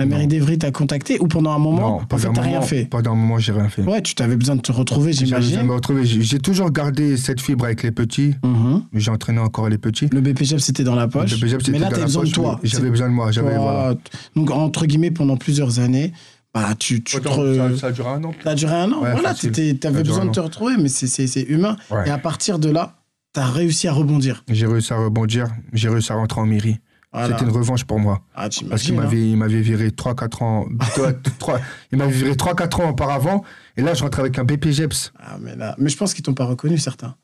[SPEAKER 2] La mairie
[SPEAKER 1] Non.
[SPEAKER 2] d'Evry t'a contacté ou pendant un moment, en fait,
[SPEAKER 1] pendant un
[SPEAKER 2] t'as
[SPEAKER 1] moment-
[SPEAKER 2] rien fait
[SPEAKER 1] Pendant un moment, j'ai rien fait.
[SPEAKER 2] Ouais, tu t'avais besoin de te retrouver,
[SPEAKER 1] J'avais besoin de
[SPEAKER 2] j'imagine.
[SPEAKER 1] me retrouver. J'ai j'ai toujours gardé cette fibre avec les petits.
[SPEAKER 2] Mhm.
[SPEAKER 1] J'ai entraîné encore les petits.
[SPEAKER 2] Le BPGEP, E c'était dans la poche.
[SPEAKER 1] Le BPJEP, E c'était
[SPEAKER 2] mais là,
[SPEAKER 1] dans
[SPEAKER 2] t'as
[SPEAKER 1] la
[SPEAKER 2] besoin de
[SPEAKER 1] poche,
[SPEAKER 2] toi.
[SPEAKER 1] mais J'avais besoin de moi. J'avais,
[SPEAKER 2] Toi,
[SPEAKER 1] voilà.
[SPEAKER 2] t- Donc, entre guillemets, pendant plusieurs années, bah, tu, tu te
[SPEAKER 1] Ça,
[SPEAKER 2] re-
[SPEAKER 1] ça a duré un an.
[SPEAKER 2] t'as duré un an.
[SPEAKER 1] Ouais,
[SPEAKER 2] voilà,
[SPEAKER 1] facile.
[SPEAKER 2] t'étais-
[SPEAKER 1] Ça
[SPEAKER 2] t'avais
[SPEAKER 1] a duré
[SPEAKER 2] besoin
[SPEAKER 1] un
[SPEAKER 2] de te retrouver, mais c'est- c'est c'est humain.
[SPEAKER 1] Ouais.
[SPEAKER 2] Et à partir de là, t'as réussi à rebondir.
[SPEAKER 1] J'ai réussi à rebondir. J'ai réussi à rentrer en mairie.
[SPEAKER 2] Voilà.
[SPEAKER 1] C'était une revanche pour moi.
[SPEAKER 2] Ah,
[SPEAKER 1] Parce qu'il
[SPEAKER 2] t'imagines. hein.
[SPEAKER 1] m'avait, il m'avait viré 3-4 ans. toi, trois- il m'avait viré 3-4 ans auparavant. Et là, je rentre avec un BPGEPS.
[SPEAKER 2] Ah, mais, là... mais je pense qu'ils t'ont pas reconnu, certains.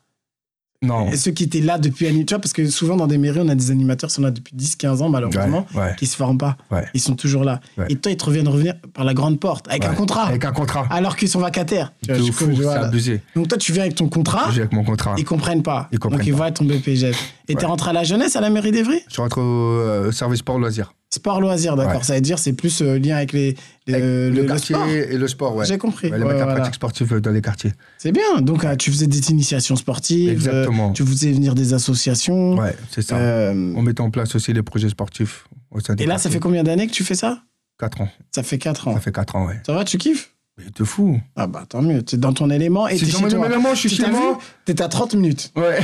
[SPEAKER 1] Non.
[SPEAKER 2] Et ceux qui étaient là depuis. anim- Tu vois, parce que souvent, dans des mairies, on a des animateurs, sont là depuis 10-15 ans, malheureusement,
[SPEAKER 1] Ouais, ouais.
[SPEAKER 2] qui se forment pas.
[SPEAKER 1] Ouais.
[SPEAKER 2] Ils sont toujours là.
[SPEAKER 1] Ouais.
[SPEAKER 2] Et toi, ils te reviennent revenir par la grande porte, avec un
[SPEAKER 1] Ouais.
[SPEAKER 2] contrat.
[SPEAKER 1] Avec un contrat.
[SPEAKER 2] Alors qu'ils sont vacataires. Tu
[SPEAKER 1] De
[SPEAKER 2] vois, Ah. je-
[SPEAKER 1] fou,
[SPEAKER 2] je vois,
[SPEAKER 1] c'est
[SPEAKER 2] là.
[SPEAKER 1] abusé.
[SPEAKER 2] Donc, toi, tu viens avec ton contrat.
[SPEAKER 1] J'ai avec mon contrat.
[SPEAKER 2] Ils comprennent pas.
[SPEAKER 1] Ils comprennent
[SPEAKER 2] Donc ils
[SPEAKER 1] pas.
[SPEAKER 2] voient ton BPGEP. Et t'es
[SPEAKER 1] Ouais.
[SPEAKER 2] rentré à la jeunesse à la mairie d'Evry
[SPEAKER 1] Je rentre au euh, service sport loisir.
[SPEAKER 2] Sport loisir, d'accord.
[SPEAKER 1] Ouais.
[SPEAKER 2] Ça veut dire c'est plus euh, lien avec les, les- euh,
[SPEAKER 1] Avec
[SPEAKER 2] le, le
[SPEAKER 1] quartier
[SPEAKER 2] sport.
[SPEAKER 1] et le sport, ouais.
[SPEAKER 2] J'ai compris.
[SPEAKER 1] Ouais, les
[SPEAKER 2] Ouais,
[SPEAKER 1] mettre la
[SPEAKER 2] voilà.
[SPEAKER 1] pratique sportive euh, dans les quartiers.
[SPEAKER 2] C'est bien. Donc euh, tu faisais des initiations sportives.
[SPEAKER 1] Exactement.
[SPEAKER 2] euh, tu faisais venir des associations.
[SPEAKER 1] Ouais, c'est ça.
[SPEAKER 2] Oh. euh,
[SPEAKER 1] On met en place aussi les projets sportifs au sein des
[SPEAKER 2] et là, ça fait Oh. combien d'années que tu fais ça
[SPEAKER 1] 4 ans.
[SPEAKER 2] Ça fait 4 ans.
[SPEAKER 1] Ça fait 4 ans, ouais.
[SPEAKER 2] Ça va, tu kiffes
[SPEAKER 1] Mais de fou.
[SPEAKER 2] Ah bah tant mieux, t'es dans ton élément et
[SPEAKER 1] Si
[SPEAKER 2] t'es
[SPEAKER 1] je
[SPEAKER 2] chez toi.
[SPEAKER 1] moi, je suis
[SPEAKER 2] Tu
[SPEAKER 1] chez
[SPEAKER 2] t'as
[SPEAKER 1] moi.
[SPEAKER 2] vu T'es à 30 minutes,
[SPEAKER 1] Ouais.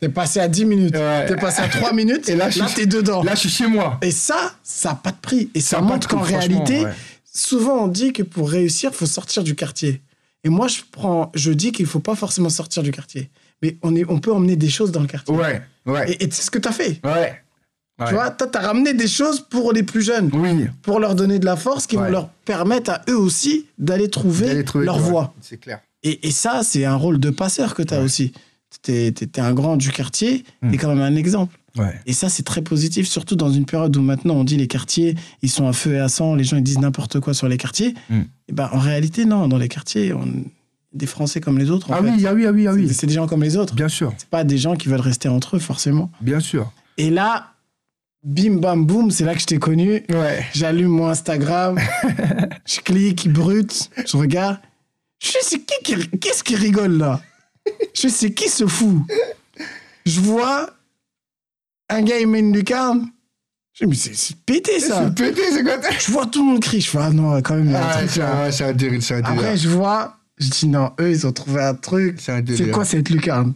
[SPEAKER 2] t'es passé à 10 minutes,
[SPEAKER 1] Ouais.
[SPEAKER 2] t'es passé à 3 minutes,
[SPEAKER 1] Et là, je-
[SPEAKER 2] t'es dedans.
[SPEAKER 1] Là, je suis chez moi.
[SPEAKER 2] Et ça, ça n'a pas de prix. Et ça,
[SPEAKER 1] a pas de
[SPEAKER 2] montre qu'en
[SPEAKER 1] prix,
[SPEAKER 2] réalité,
[SPEAKER 1] franchement, ouais.
[SPEAKER 2] souvent on dit que pour réussir, faut sortir du quartier. Et moi, je, prends, je dis qu'il faut pas forcément sortir du quartier. Mais on, est, on peut emmener des choses dans le quartier.
[SPEAKER 1] Ouais, ouais,
[SPEAKER 2] Et, et c'est ce que tu as fait.
[SPEAKER 1] ouais.
[SPEAKER 2] Tu vois, toi, t'as ramené des choses pour les plus jeunes,
[SPEAKER 1] Oui.
[SPEAKER 2] pour leur donner de la force, qui vont
[SPEAKER 1] Ouais.
[SPEAKER 2] leur permettre à eux aussi d'aller trouver,
[SPEAKER 1] D'aller trouver,
[SPEAKER 2] leur
[SPEAKER 1] tu vois.
[SPEAKER 2] voie.
[SPEAKER 1] C'est clair.
[SPEAKER 2] Et, et ça, c'est un rôle de passeur que tu as
[SPEAKER 1] Ouais.
[SPEAKER 2] aussi. Tu es, un grand du quartier, tu
[SPEAKER 1] Hmm.
[SPEAKER 2] quand même un exemple.
[SPEAKER 1] Ouais.
[SPEAKER 2] Et ça, c'est très positif, surtout dans une période où maintenant on dit les quartiers, ils sont à feu et à sang, les gens ils disent n'importe quoi sur les quartiers.
[SPEAKER 1] Hmm.
[SPEAKER 2] Et ben, en réalité, non, dans les quartiers, on... des Français comme les autres. en
[SPEAKER 1] Ah
[SPEAKER 2] fait.
[SPEAKER 1] oui, ah oui, ah oui, ah
[SPEAKER 2] C'est-
[SPEAKER 1] oui.
[SPEAKER 2] C'est des gens comme les autres.
[SPEAKER 1] Bien sûr,
[SPEAKER 2] C'est pas des gens qui veulent rester entre eux, forcément.
[SPEAKER 1] bien sûr.
[SPEAKER 2] Et là, bim bam boum, c'est là que je t'ai connu.
[SPEAKER 1] Ouais.
[SPEAKER 2] J'allume mon Instagram, je clique, brut, je regarde. Je sais c'est qui qui qu'est-ce qui rigole là Je sais qui se fout. Je vois un gars il met une lucarne. Je dis mais c'est- c'est pété ça.
[SPEAKER 1] pété, c'est quoi
[SPEAKER 2] Je vois tout le monde crie. Je fais ah non quand même il y a un
[SPEAKER 1] Ah,
[SPEAKER 2] truc
[SPEAKER 1] c'est
[SPEAKER 2] là.
[SPEAKER 1] un- c'est un délire, c'est un
[SPEAKER 2] Après
[SPEAKER 1] délire.
[SPEAKER 2] je vois, je dis non eux ils ont trouvé un truc.
[SPEAKER 1] C'est un
[SPEAKER 2] C'est
[SPEAKER 1] délire.
[SPEAKER 2] quoi cette lucarne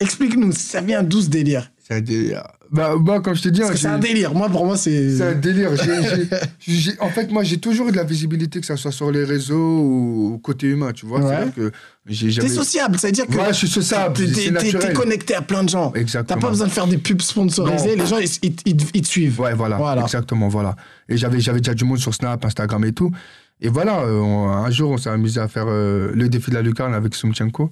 [SPEAKER 2] Explique-nous, ça vient d'où ce délire
[SPEAKER 1] C'est un délire. Bah, moi, comme je te dis,
[SPEAKER 2] Parce
[SPEAKER 1] hein,
[SPEAKER 2] que c'est un
[SPEAKER 1] j'ai-
[SPEAKER 2] délire. Moi pour moi c'est.
[SPEAKER 1] c'est un délire. J'ai- j'ai- j'ai- en fait, moi, j'ai toujours eu de la visibilité, que ça soit sur les réseaux ou côté humain, tu vois.
[SPEAKER 2] Ouais.
[SPEAKER 1] C'est-à-dire que j'ai
[SPEAKER 2] T'es
[SPEAKER 1] jamais.
[SPEAKER 2] sociable, ça veut dire que
[SPEAKER 1] Voilà, je suis sociable,
[SPEAKER 2] T'es-
[SPEAKER 1] c'est
[SPEAKER 2] t'es- T'es t'es
[SPEAKER 1] naturel.
[SPEAKER 2] connecté à plein de gens. T'as
[SPEAKER 1] Exactement.
[SPEAKER 2] pas besoin de faire des pubs sponsorisées, les gens ils, ils- ils- ils te suivent.
[SPEAKER 1] Ouais, voilà,
[SPEAKER 2] Voilà.
[SPEAKER 1] exactement, voilà. Et j'avais, j'avais déjà du monde sur Snap, Instagram et tout. Et voilà, euh, on- un jour, on s'est amusé à faire euh, le défi de la lucarne avec Sumchenko.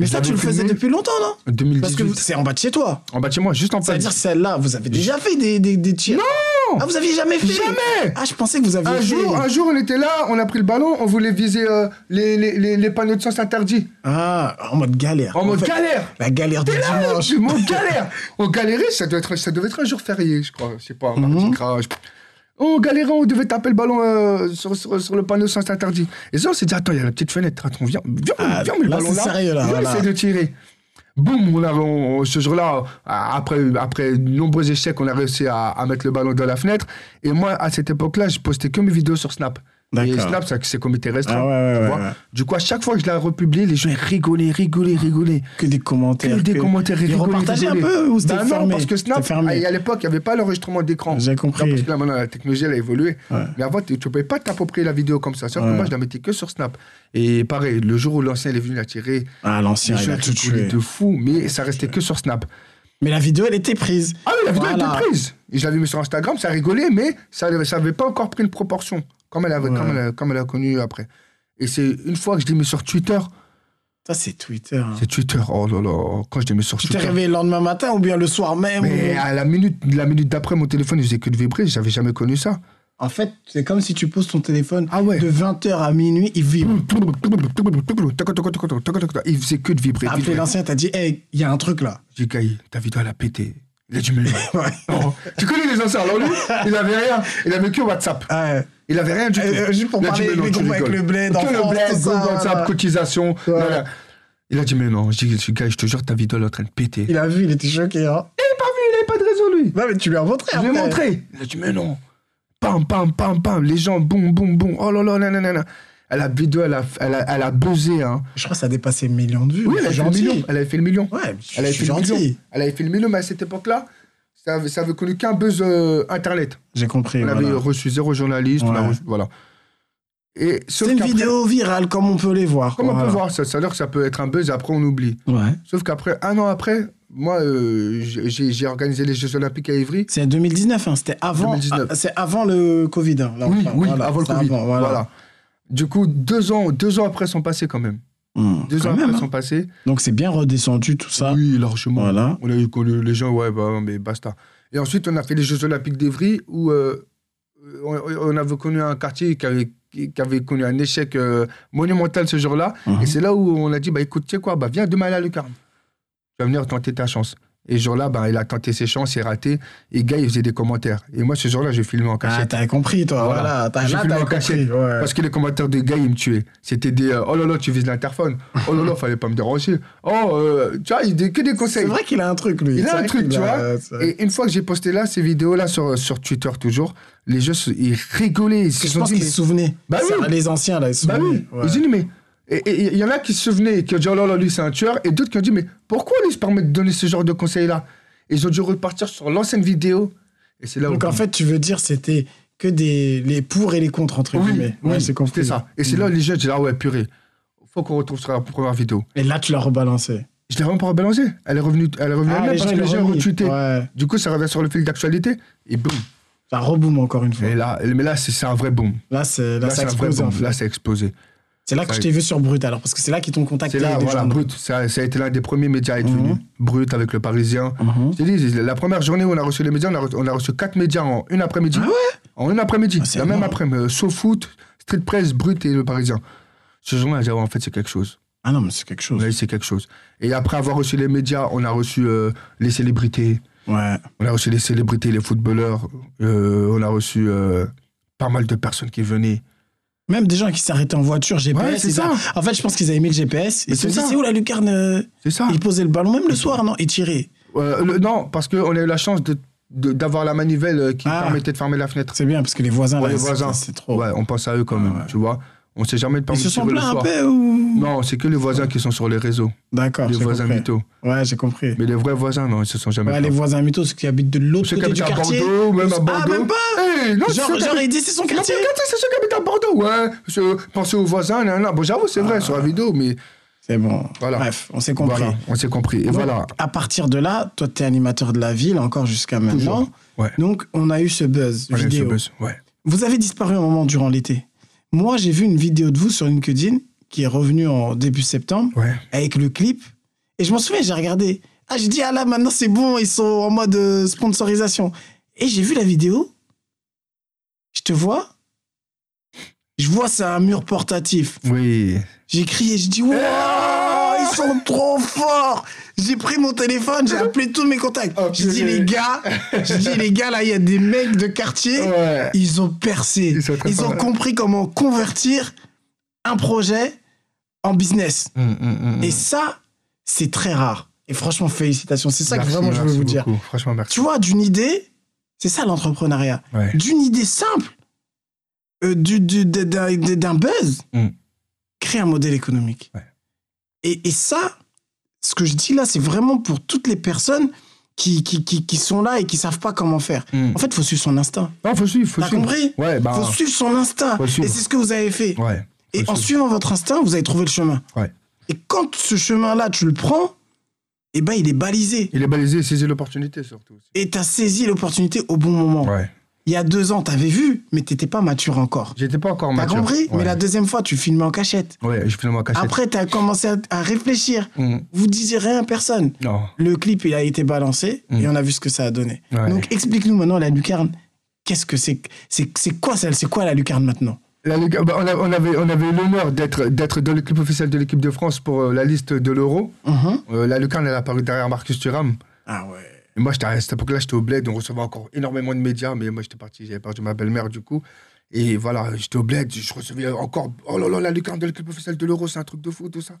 [SPEAKER 2] Mais ça, tu le faisais depuis longtemps, non
[SPEAKER 1] 2018.
[SPEAKER 2] Parce que c'est en bas de chez toi.
[SPEAKER 1] En bas de chez moi, juste en
[SPEAKER 2] Ça
[SPEAKER 1] face.
[SPEAKER 2] veut dire que celle-là, vous avez déjà fait des, des, des tirs.
[SPEAKER 1] Non
[SPEAKER 2] Ah, vous aviez jamais fait
[SPEAKER 1] Jamais
[SPEAKER 2] Ah, je pensais que vous aviez
[SPEAKER 1] un
[SPEAKER 2] fait.
[SPEAKER 1] jour, un jour, on était là, on a pris le ballon, on voulait viser euh, les, les, les, les panneaux de sens interdits.
[SPEAKER 2] Ah, en mode galère.
[SPEAKER 1] En mode
[SPEAKER 2] fait,
[SPEAKER 1] galère
[SPEAKER 2] La galère de
[SPEAKER 1] Là,
[SPEAKER 2] dimanche.
[SPEAKER 1] je m'en galère On galérait, ça devait, être, ça devait être un jour férié, je crois. Je sais pas,
[SPEAKER 2] Mhm.
[SPEAKER 1] mardi gras, je- On galérait, on devait taper le ballon euh, sur, sur, sur le panneau de sens interdit. Et ça, on s'est dit, attends, il y a la petite fenêtre, attends, viens, viens,
[SPEAKER 2] Ah,
[SPEAKER 1] viens, mais
[SPEAKER 2] là,
[SPEAKER 1] le ballon
[SPEAKER 2] c'est
[SPEAKER 1] là,
[SPEAKER 2] sérieux, là,
[SPEAKER 1] viens,
[SPEAKER 2] voilà.
[SPEAKER 1] essaie de tirer. Boum, on a, on- on- ce jour-là, après, après de nombreux échecs, on a réussi à, à mettre le ballon dans la fenêtre. Et moi, à cette époque-là, je postais que mes vidéos sur Snap. Et
[SPEAKER 2] D'accord.
[SPEAKER 1] Snap, ça, c'est comité restreint.
[SPEAKER 2] Ah ouais, ouais,
[SPEAKER 1] hein, tu
[SPEAKER 2] ouais,
[SPEAKER 1] vois.
[SPEAKER 2] ouais.
[SPEAKER 1] Du coup, à chaque fois que je la republie, les gens ils rigolaient, rigolaient, rigolaient.
[SPEAKER 2] Que des commentaires.
[SPEAKER 1] Que des commentaires
[SPEAKER 2] Ils
[SPEAKER 1] rigolés,
[SPEAKER 2] repartageaient un
[SPEAKER 1] rigolés.
[SPEAKER 2] peu ou c'était
[SPEAKER 1] Bah
[SPEAKER 2] fermé
[SPEAKER 1] non, parce que Snap,
[SPEAKER 2] C'était fermé.
[SPEAKER 1] à l'époque, il n'y avait pas l'enregistrement d'écran.
[SPEAKER 2] J'ai
[SPEAKER 1] Non, parce
[SPEAKER 2] compris.
[SPEAKER 1] que là, maintenant, la technologie, elle a évolué.
[SPEAKER 2] Ouais.
[SPEAKER 1] Mais avant, tu ne pouvais pas t'approprier la vidéo comme ça. Sauf
[SPEAKER 2] Ouais.
[SPEAKER 1] que moi, je la mettais que sur Snap. Et pareil, le jour où l'ancien il est venu la tirer,
[SPEAKER 2] Ah,
[SPEAKER 1] les
[SPEAKER 2] l'ancien, il
[SPEAKER 1] gens
[SPEAKER 2] a tout
[SPEAKER 1] rigolaient
[SPEAKER 2] tué.
[SPEAKER 1] de fou, mais ça restait que sur Snap.
[SPEAKER 2] Mais la vidéo, elle était prise.
[SPEAKER 1] Ah oui, la vidéo
[SPEAKER 2] Voilà.
[SPEAKER 1] était prise. Et je l'avais mis sur Instagram, ça rigolait, mais ça n'avait pas encore pris une proportion, comme elle, avait,
[SPEAKER 2] Ouais.
[SPEAKER 1] comme elle, a- comme elle a connu après. Et c'est une fois que je l'ai mis sur Twitter,
[SPEAKER 2] Ça, c'est Twitter. hein.
[SPEAKER 1] c'est Twitter, oh là là, quand je l'ai mis sur
[SPEAKER 2] Tu t'es
[SPEAKER 1] Twitter.
[SPEAKER 2] réveillé le lendemain matin ou bien le soir même
[SPEAKER 1] Mais
[SPEAKER 2] ou-
[SPEAKER 1] à la minute, la minute d'après, mon téléphone, il faisait que de vibrer, j'avais jamais connu ça.
[SPEAKER 2] En fait, c'est comme si tu poses ton téléphone
[SPEAKER 1] Ah ouais. Mmh.
[SPEAKER 2] de 20h à minuit, il vibre.
[SPEAKER 1] Il faisait que de vibrer.
[SPEAKER 2] T'as appelé
[SPEAKER 1] vibrer.
[SPEAKER 2] l'ancien, t'as dit, hey, il y a un truc là.
[SPEAKER 1] J'ai dit, Gaï, ta vidéo, elle a pété. Il a dû me le dire.
[SPEAKER 2] Ouais.
[SPEAKER 1] Non. Tu connais les anciens, alors lui, il avait rien. Il avait que WhatsApp.
[SPEAKER 2] Ah Ouais.
[SPEAKER 1] Il avait rien du tout.
[SPEAKER 2] Euh, euh, juste pour
[SPEAKER 1] Il a
[SPEAKER 2] parler
[SPEAKER 1] dit, mais non,
[SPEAKER 2] des
[SPEAKER 1] tu
[SPEAKER 2] groupes avec
[SPEAKER 1] rigoles.
[SPEAKER 2] le bled en
[SPEAKER 1] Que
[SPEAKER 2] France,
[SPEAKER 1] le bled,
[SPEAKER 2] tout ça,
[SPEAKER 1] Google,
[SPEAKER 2] voilà.
[SPEAKER 1] WhatsApp, cotisation.
[SPEAKER 2] Voilà.
[SPEAKER 1] voilà. Il a dit, mais non, j'ai dit, gars, je te jure, ta vidéo, elle est en train de péter. Il
[SPEAKER 2] Il a vu, il était choqué. Hein.
[SPEAKER 1] n'avait pas vu, il n'avait pas de réseau, lui.
[SPEAKER 2] Non, mais tu lui as montré
[SPEAKER 1] Je lui ai
[SPEAKER 2] après.
[SPEAKER 1] montré. Il a dit, mais non. Pam, pam, pam, pam. Les gens, boum, boum, boum. Oh là là, nanana. Elle a vidéo, elle a, elle a, elle a buzzé. Hein.
[SPEAKER 2] Je crois que ça a dépassé un million de vues.
[SPEAKER 1] Oui, elle
[SPEAKER 2] C'est
[SPEAKER 1] avait fait le million. Elle avait fait le million.
[SPEAKER 2] Ouais, je
[SPEAKER 1] Elle avait
[SPEAKER 2] suis
[SPEAKER 1] fait le million.
[SPEAKER 2] gentil.
[SPEAKER 1] Elle avait fait le million, mais à cette époque-là, ça avait, ça avait connu qu'un buzz euh, Internet.
[SPEAKER 2] J'ai compris.
[SPEAKER 1] on
[SPEAKER 2] voilà.
[SPEAKER 1] avait reçu zéro journaliste. on a
[SPEAKER 2] Ouais.
[SPEAKER 1] reçu- voilà. Et sauf
[SPEAKER 2] C'est une
[SPEAKER 1] qu'après-
[SPEAKER 2] vidéo virale, comme on peut les voir.
[SPEAKER 1] Comme on
[SPEAKER 2] voilà.
[SPEAKER 1] peut voir, ça, ça, alors que ça peut être un buzz, après on oublie.
[SPEAKER 2] Ouais.
[SPEAKER 1] Sauf qu'après, un an après, moi, euh, j'ai j'ai organisé les Jeux Olympiques à Ivry.
[SPEAKER 2] C'est en 2019, hein, c'était avant,
[SPEAKER 1] 2019.
[SPEAKER 2] ah, c'est avant le Covid. hein, là,
[SPEAKER 1] oui,
[SPEAKER 2] enfin,
[SPEAKER 1] oui,
[SPEAKER 2] voilà,
[SPEAKER 1] avant le
[SPEAKER 2] c'est
[SPEAKER 1] Covid.
[SPEAKER 2] avant,
[SPEAKER 1] voilà.
[SPEAKER 2] voilà.
[SPEAKER 1] Du coup, deux ans, deux ans après sont passés quand même.
[SPEAKER 2] Hum,
[SPEAKER 1] Deux
[SPEAKER 2] quand
[SPEAKER 1] ans
[SPEAKER 2] même,
[SPEAKER 1] après
[SPEAKER 2] hein.
[SPEAKER 1] sont passés.
[SPEAKER 2] Donc c'est bien redescendu tout ça.
[SPEAKER 1] Oui, largement.
[SPEAKER 2] Voilà.
[SPEAKER 1] On a eu connu les gens, ouais, bah, mais basta. Et ensuite, on a fait les Jeux Olympiques d'Evry où euh, on, on avait connu un quartier qui avait, qui avait connu un échec euh, monumental ce jour-là.
[SPEAKER 2] Mhm.
[SPEAKER 1] Et c'est là où on a dit, bah écoute, tu sais quoi, bah viens demain à la Lucarne. Tu vas venir tenter ta chance. Et ce jour-là, ben, il a tenté ses chances, il a raté. Et gars, il faisait des commentaires. Et moi, ce jour-là, j'ai filmé en
[SPEAKER 2] Ah,
[SPEAKER 1] cachette.
[SPEAKER 2] t'as compris, toi.
[SPEAKER 1] Voilà.
[SPEAKER 2] Voilà, t'as
[SPEAKER 1] J'ai
[SPEAKER 2] là,
[SPEAKER 1] filmé
[SPEAKER 2] t'as
[SPEAKER 1] en
[SPEAKER 2] compris.
[SPEAKER 1] cachette.
[SPEAKER 2] ouais.
[SPEAKER 1] Parce que les commentaires de gars, ils me tuaient. C'était des euh, oh là là, tu vises l'interphone. Oh là là, fallait pas me déranger. Oh, euh, tu vois, il dit que des
[SPEAKER 2] C'est
[SPEAKER 1] conseils.
[SPEAKER 2] vrai qu'il a un truc, lui.
[SPEAKER 1] Il a
[SPEAKER 2] C'est
[SPEAKER 1] un
[SPEAKER 2] vrai
[SPEAKER 1] truc, tu
[SPEAKER 2] qu'il a-
[SPEAKER 1] vois.
[SPEAKER 2] c'est-
[SPEAKER 1] Et une fois que j'ai posté là, ces vidéos-là sur, euh, sur Twitter toujours, les gens, se- ils rigolaient. Ils se
[SPEAKER 2] Je
[SPEAKER 1] sont
[SPEAKER 2] pense
[SPEAKER 1] dit,
[SPEAKER 2] qu'ils
[SPEAKER 1] mais-
[SPEAKER 2] se souvenaient.
[SPEAKER 1] Bah oui.
[SPEAKER 2] Ça, Les anciens, là, ils se
[SPEAKER 1] Bah oui,
[SPEAKER 2] souvenaient. Ouais.
[SPEAKER 1] ils disent, mais. Et et- et il y en a qui se souvenaient et qui ont dit, oh là là, lui, c'est un tueur. Et d'autres qui ont dit, mais pourquoi lui se permet de donner ce genre de conseils-là Et Ils ont dû repartir sur l'ancienne vidéo. Et c'est là
[SPEAKER 2] Donc
[SPEAKER 1] où.
[SPEAKER 2] en fait, tu veux dire, c'était que des les pour et les contre, entre
[SPEAKER 1] oui,
[SPEAKER 2] guillemets.
[SPEAKER 1] oui,
[SPEAKER 2] Ouais, c'est Mm.
[SPEAKER 1] c'était
[SPEAKER 2] compris.
[SPEAKER 1] ça. Et c'est là, les jeunes, j'ai dit, ah ouais, purée, faut qu'on retrouve sur la première vidéo.
[SPEAKER 2] Et là, tu l'as rebalancé.
[SPEAKER 1] Je l'ai vraiment pas rebalancé. Elle est revenue, elle est revenue
[SPEAKER 2] Ah,
[SPEAKER 1] elle-même parce que
[SPEAKER 2] ils
[SPEAKER 1] les gens
[SPEAKER 2] l'ont
[SPEAKER 1] ont
[SPEAKER 2] remis.
[SPEAKER 1] retweeté.
[SPEAKER 2] Ouais.
[SPEAKER 1] Du coup, ça revient sur le fil d'actualité. Et boum.
[SPEAKER 2] Ça reboom encore une fois.
[SPEAKER 1] Et là, mais là, c'est c'est un vrai boom.
[SPEAKER 2] Là, c'est là,
[SPEAKER 1] Là,
[SPEAKER 2] ça
[SPEAKER 1] c'est un vrai
[SPEAKER 2] explose. en
[SPEAKER 1] boom.
[SPEAKER 2] fait.
[SPEAKER 1] Là, c'est explosé.
[SPEAKER 2] C'est là que
[SPEAKER 1] ça-
[SPEAKER 2] je t'ai vu sur Brut, alors, parce que c'est là qu'ils t'ont contacté.
[SPEAKER 1] C'est là,
[SPEAKER 2] les
[SPEAKER 1] voilà,
[SPEAKER 2] gens.
[SPEAKER 1] Brut. Ça, ça a été l'un des premiers médias à être
[SPEAKER 2] Mhm.
[SPEAKER 1] venu. Brut avec le Parisien.
[SPEAKER 2] Mhm.
[SPEAKER 1] Je t'ai dit, la première journée où on a reçu les médias, on a, re- on a reçu quatre médias en une après-midi.
[SPEAKER 2] Ah ouais
[SPEAKER 1] En une après-midi.
[SPEAKER 2] Ah, c'est
[SPEAKER 1] la même
[SPEAKER 2] énorme.
[SPEAKER 1] après midi Foot, Street Press, Brut et le Parisien. Ce jour-là, j'ai dit, ouais, en fait, c'est quelque chose.
[SPEAKER 2] Ah non, mais c'est quelque chose.
[SPEAKER 1] Là, c'est quelque chose. Et après avoir reçu les médias, on a reçu euh, les célébrités.
[SPEAKER 2] Ouais.
[SPEAKER 1] On a reçu les célébrités, les footballeurs. Euh, on a reçu euh, pas mal de personnes qui venaient.
[SPEAKER 2] Même des gens qui s'arrêtaient en voiture, GPS.
[SPEAKER 1] Ouais, c'est
[SPEAKER 2] ils
[SPEAKER 1] ça.
[SPEAKER 2] a- En fait, je pense qu'ils avaient mis le GPS.
[SPEAKER 1] Mais
[SPEAKER 2] Ils se
[SPEAKER 1] c'est
[SPEAKER 2] disaient,
[SPEAKER 1] ça. Ah.
[SPEAKER 2] c'est où la lucarne euh,
[SPEAKER 1] C'est ça.
[SPEAKER 2] Ils posaient le ballon, même le soir, non Ils tiraient.
[SPEAKER 1] Euh, le- non, parce qu'on a eu la chance de- de- d'avoir la manivelle euh, qui
[SPEAKER 2] Ah.
[SPEAKER 1] permettait de fermer la fenêtre.
[SPEAKER 2] C'est bien, parce que les voisins,
[SPEAKER 1] Ouais,
[SPEAKER 2] là,
[SPEAKER 1] les
[SPEAKER 2] c'est-
[SPEAKER 1] voisins.
[SPEAKER 2] c'est trop.
[SPEAKER 1] Ouais, on pense à eux quand même,
[SPEAKER 2] Ah, ouais.
[SPEAKER 1] tu vois. On sait jamais de
[SPEAKER 2] Ils
[SPEAKER 1] permis
[SPEAKER 2] se
[SPEAKER 1] de
[SPEAKER 2] sont
[SPEAKER 1] tirer le
[SPEAKER 2] plaints un
[SPEAKER 1] soir.
[SPEAKER 2] peu Ah, ou...
[SPEAKER 1] Non, c'est que les voisins qui sont sur les réseaux,
[SPEAKER 2] D'accord.
[SPEAKER 1] les
[SPEAKER 2] j'ai
[SPEAKER 1] voisins
[SPEAKER 2] compris.
[SPEAKER 1] mythos.
[SPEAKER 2] Ouais, j'ai compris.
[SPEAKER 1] Mais les vrais voisins, non, ils se sont jamais.
[SPEAKER 2] Ouais, les voisins mythos, ceux qui habitent de l'autre
[SPEAKER 1] Ceux qui
[SPEAKER 2] côté
[SPEAKER 1] habitent
[SPEAKER 2] du
[SPEAKER 1] à
[SPEAKER 2] quartier.
[SPEAKER 1] Bordeaux, même à Bordeaux.
[SPEAKER 2] Ah, même pas
[SPEAKER 1] Hey, non,
[SPEAKER 2] Genre,
[SPEAKER 1] ceux qui
[SPEAKER 2] genre,
[SPEAKER 1] habitent-
[SPEAKER 2] il dit, c'est son
[SPEAKER 1] Non, mais
[SPEAKER 2] quartier.
[SPEAKER 1] regardez, c'est ceux qui habitent à Bordeaux, ouais. Ceux- Pensez aux voisins, nan, nan. Bon, j'avoue, c'est
[SPEAKER 2] Ah.
[SPEAKER 1] vrai, sur la vidéo, mais
[SPEAKER 2] C'est bon.
[SPEAKER 1] Voilà.
[SPEAKER 2] Bref, on s'est compris.
[SPEAKER 1] voilà, on s'est compris. Et
[SPEAKER 2] Donc,
[SPEAKER 1] voilà.
[SPEAKER 2] À partir de là, toi, t'es animateur de la ville, encore jusqu'à maintenant.
[SPEAKER 1] Toujours. Ouais.
[SPEAKER 2] Donc, on a eu ce buzz
[SPEAKER 1] Voilà,
[SPEAKER 2] vidéo.
[SPEAKER 1] ce buzz, ouais.
[SPEAKER 2] Vous avez disparu un moment durant l'été. Moi, j'ai vu une vidéo de vous sur LinkedIn qui est revenue en début septembre
[SPEAKER 1] Ouais.
[SPEAKER 2] avec le clip. Et je m'en souviens, j'ai regardé. Ah, j'ai dit, ah là, maintenant c'est bon, ils sont en mode euh, sponsorisation. Et j'ai vu la vidéo. Je te vois. Je vois, c'est un mur portatif.
[SPEAKER 1] Oui.
[SPEAKER 2] J'ai crié, je dis, waouh,
[SPEAKER 1] Ah
[SPEAKER 2] ils sont trop forts. J'ai pris mon téléphone, j'ai appelé tous mes contacts.
[SPEAKER 1] Oh,
[SPEAKER 2] j'ai dit,
[SPEAKER 1] purée.
[SPEAKER 2] les gars, j'ai dit, les gars, là, il y a des mecs de quartier.
[SPEAKER 1] Ouais.
[SPEAKER 2] Ils ont percé.
[SPEAKER 1] Ils sont très
[SPEAKER 2] Ils
[SPEAKER 1] forts,
[SPEAKER 2] ont
[SPEAKER 1] ouais.
[SPEAKER 2] compris comment convertir un projet en business.
[SPEAKER 1] Hum, hum, hum, hum.
[SPEAKER 2] Et ça, c'est très rare. Et franchement, félicitations. C'est ça
[SPEAKER 1] Merci,
[SPEAKER 2] que vraiment je veux
[SPEAKER 1] merci
[SPEAKER 2] vous dire.
[SPEAKER 1] beaucoup. Franchement, merci.
[SPEAKER 2] Tu vois, d'une idée, c'est ça l'entrepreneuriat.
[SPEAKER 1] Ouais.
[SPEAKER 2] D'une idée simple, euh, du- du- d- d'un d'un buzz,
[SPEAKER 1] Mm.
[SPEAKER 2] créer un modèle économique.
[SPEAKER 1] Ouais.
[SPEAKER 2] Et, et ça, ce que je dis là, c'est vraiment pour toutes les personnes qui, qui, qui, qui sont là et qui savent pas comment faire.
[SPEAKER 1] Mm.
[SPEAKER 2] En fait, il faut suivre son instinct.
[SPEAKER 1] Non, faut suivre, faut
[SPEAKER 2] T'as
[SPEAKER 1] suivre.
[SPEAKER 2] compris
[SPEAKER 1] Ouais, bah.
[SPEAKER 2] faut suivre son instinct.
[SPEAKER 1] faut suivre.
[SPEAKER 2] Et c'est ce que vous avez fait.
[SPEAKER 1] Ouais. faut
[SPEAKER 2] Et en
[SPEAKER 1] suivre.
[SPEAKER 2] suivant votre instinct, vous avez trouvé le chemin.
[SPEAKER 1] Ouais.
[SPEAKER 2] Et quand ce chemin-là, tu le prends, eh ben, il est balisé.
[SPEAKER 1] Il est balisé, saisit l'opportunité surtout.
[SPEAKER 2] Et tu as saisi l'opportunité au bon moment.
[SPEAKER 1] Ouais.
[SPEAKER 2] Il y a deux ans, tu avais vu, mais t'étais pas mature encore.
[SPEAKER 1] J'étais pas encore
[SPEAKER 2] T'as
[SPEAKER 1] mature.
[SPEAKER 2] compris
[SPEAKER 1] Ouais.
[SPEAKER 2] Mais la deuxième fois, tu filmais en cachette.
[SPEAKER 1] Ouais, je filme en cachette.
[SPEAKER 2] Après, tu as commencé à, à réfléchir.
[SPEAKER 1] Mm.
[SPEAKER 2] Vous disiez rien à personne.
[SPEAKER 1] Non.
[SPEAKER 2] Le clip, il a été balancé
[SPEAKER 1] Mm.
[SPEAKER 2] et on a vu ce que ça a donné.
[SPEAKER 1] Ouais.
[SPEAKER 2] Donc, explique-nous maintenant la lucarne. Qu'est-ce que c'est que- C'est c'est quoi celle C'est quoi la lucarne maintenant
[SPEAKER 1] La Ligue- bah, on, a- on avait, on avait eu l'honneur d'être, d'être dans l'équipe officielle de l'équipe de France pour euh, la liste de l'Euro.
[SPEAKER 2] Mhm.
[SPEAKER 1] Euh, la Lucarne, elle a apparu derrière Marcus Thuram.
[SPEAKER 2] Ah ouais.
[SPEAKER 1] Et moi, j'étais à cette époque-là, j'étais au Bled, on recevait encore énormément de médias, mais moi, j'étais parti, j'avais perdu ma belle-mère du coup. Et voilà, j'étais au Bled, je recevais encore, oh là là, la Lucarne de l'équipe officielle de l'Euro, c'est un truc de fou, tout ça.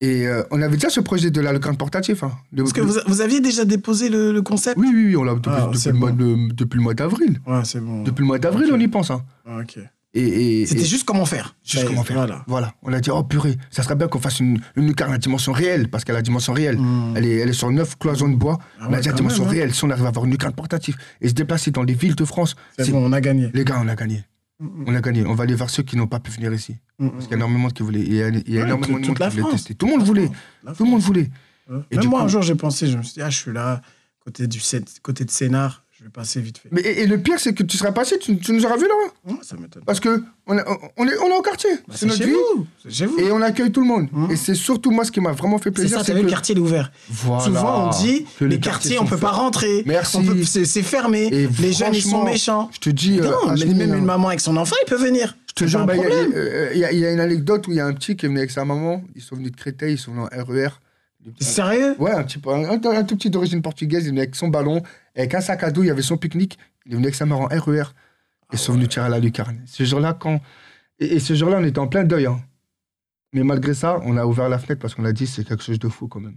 [SPEAKER 1] Et euh, on avait déjà ce projet de la Lucarne portatif. Hein. Le-
[SPEAKER 2] Parce que vous, vous aviez déjà déposé le, le concept
[SPEAKER 1] Oui, oui, oui, on l'a depuis,
[SPEAKER 2] Ah,
[SPEAKER 1] depuis
[SPEAKER 2] c'est
[SPEAKER 1] le mois
[SPEAKER 2] bon.
[SPEAKER 1] de- depuis le mois d'avril.
[SPEAKER 2] Ouais, c'est bon.
[SPEAKER 1] Depuis le mois d'avril,
[SPEAKER 2] Ok.
[SPEAKER 1] on y pense. Hein.
[SPEAKER 2] Ah, ok.
[SPEAKER 1] Et, et-
[SPEAKER 2] C'était
[SPEAKER 1] et-
[SPEAKER 2] juste comment faire.
[SPEAKER 1] Juste
[SPEAKER 2] Ça y est,
[SPEAKER 1] comment faire.
[SPEAKER 2] Voilà.
[SPEAKER 1] Voilà, on a dit, oh purée, ça serait bien qu'on fasse une, une lucarne à dimension réelle, parce qu'elle a dimension réelle.
[SPEAKER 2] Mm.
[SPEAKER 1] Elle, est, elle est sur neuf cloisons de bois.
[SPEAKER 2] Ah
[SPEAKER 1] on a
[SPEAKER 2] ouais,
[SPEAKER 1] dit à
[SPEAKER 2] quand
[SPEAKER 1] dimension
[SPEAKER 2] même, hein.
[SPEAKER 1] réelle, si on arrive à avoir une lucarne portative et se déplacer dans les villes de France,
[SPEAKER 2] C'est
[SPEAKER 1] c'est-
[SPEAKER 2] bon, on a gagné. Mm,
[SPEAKER 1] les gars, on a gagné. On a gagné. On va aller vers ceux qui n'ont pas pu venir ici. Parce qu'il y a énormément de qui voulaient. Il y a, il y a
[SPEAKER 2] Ouais,
[SPEAKER 1] énormément
[SPEAKER 2] toute-
[SPEAKER 1] de monde
[SPEAKER 2] toute la
[SPEAKER 1] qui voulait
[SPEAKER 2] France.
[SPEAKER 1] tester. Tout le monde voulait.
[SPEAKER 2] La
[SPEAKER 1] Tout le monde voulait.
[SPEAKER 2] France.
[SPEAKER 1] Et
[SPEAKER 2] mm. Même
[SPEAKER 1] du
[SPEAKER 2] moi,
[SPEAKER 1] coup-
[SPEAKER 2] un jour, j'ai pensé, je me suis dit, ah, je suis là, côté, du, Sén- côté de Sénart, je vais passer vite fait.
[SPEAKER 1] Mais, et, et le pire, c'est que tu seras passé, tu, tu nous auras vu là.
[SPEAKER 2] Ouais, ça m'étonne.
[SPEAKER 1] Parce que on, a- on est, on est au quartier.
[SPEAKER 2] Bah,
[SPEAKER 1] c'est notre
[SPEAKER 2] chez
[SPEAKER 1] vie.
[SPEAKER 2] vous. C'est chez vous.
[SPEAKER 1] Et on accueille tout le monde.
[SPEAKER 2] Mhm.
[SPEAKER 1] Et c'est surtout moi ce qui m'a vraiment fait
[SPEAKER 2] C'est
[SPEAKER 1] plaisir.
[SPEAKER 2] ça, t'as vu, le
[SPEAKER 1] que-
[SPEAKER 2] quartier il est ouvert.
[SPEAKER 1] Voilà.
[SPEAKER 2] Souvent, on dit,
[SPEAKER 1] Que
[SPEAKER 2] les quartiers, on
[SPEAKER 1] sont
[SPEAKER 2] peut pas
[SPEAKER 1] faits.
[SPEAKER 2] rentrer.
[SPEAKER 1] Merci.
[SPEAKER 2] On peut- C'est c'est fermé.
[SPEAKER 1] Et
[SPEAKER 2] Les jeunes, ils sont
[SPEAKER 1] franchement,
[SPEAKER 2] méchants.
[SPEAKER 1] Je te dis, euh,
[SPEAKER 2] Non, mais
[SPEAKER 1] Hachemi,
[SPEAKER 2] même
[SPEAKER 1] hein.
[SPEAKER 2] une maman avec son enfant, il peut venir.
[SPEAKER 1] Je te
[SPEAKER 2] C'est
[SPEAKER 1] jure,
[SPEAKER 2] pas un
[SPEAKER 1] bah, il y a-
[SPEAKER 2] problème.
[SPEAKER 1] euh, il y, a- il y a une anecdote où il y a un petit qui est venu avec sa maman. Ils sont venus de Créteil, ils sont venus en RER.
[SPEAKER 2] Sérieux
[SPEAKER 1] Ouais, un, petit, peu- un, un- un tout petit d'origine portugaise, il venait avec son ballon, avec un sac à dos, il y avait son pique-nique, il est venu avec sa mère en RER. Ils sont venus tirer à la lucarne. Ce jour-là, quand. Et, et ce jour-là, on était en plein deuil. hein. Mais malgré ça, on a ouvert la fenêtre parce qu'on a dit c'est quelque chose de fou quand même.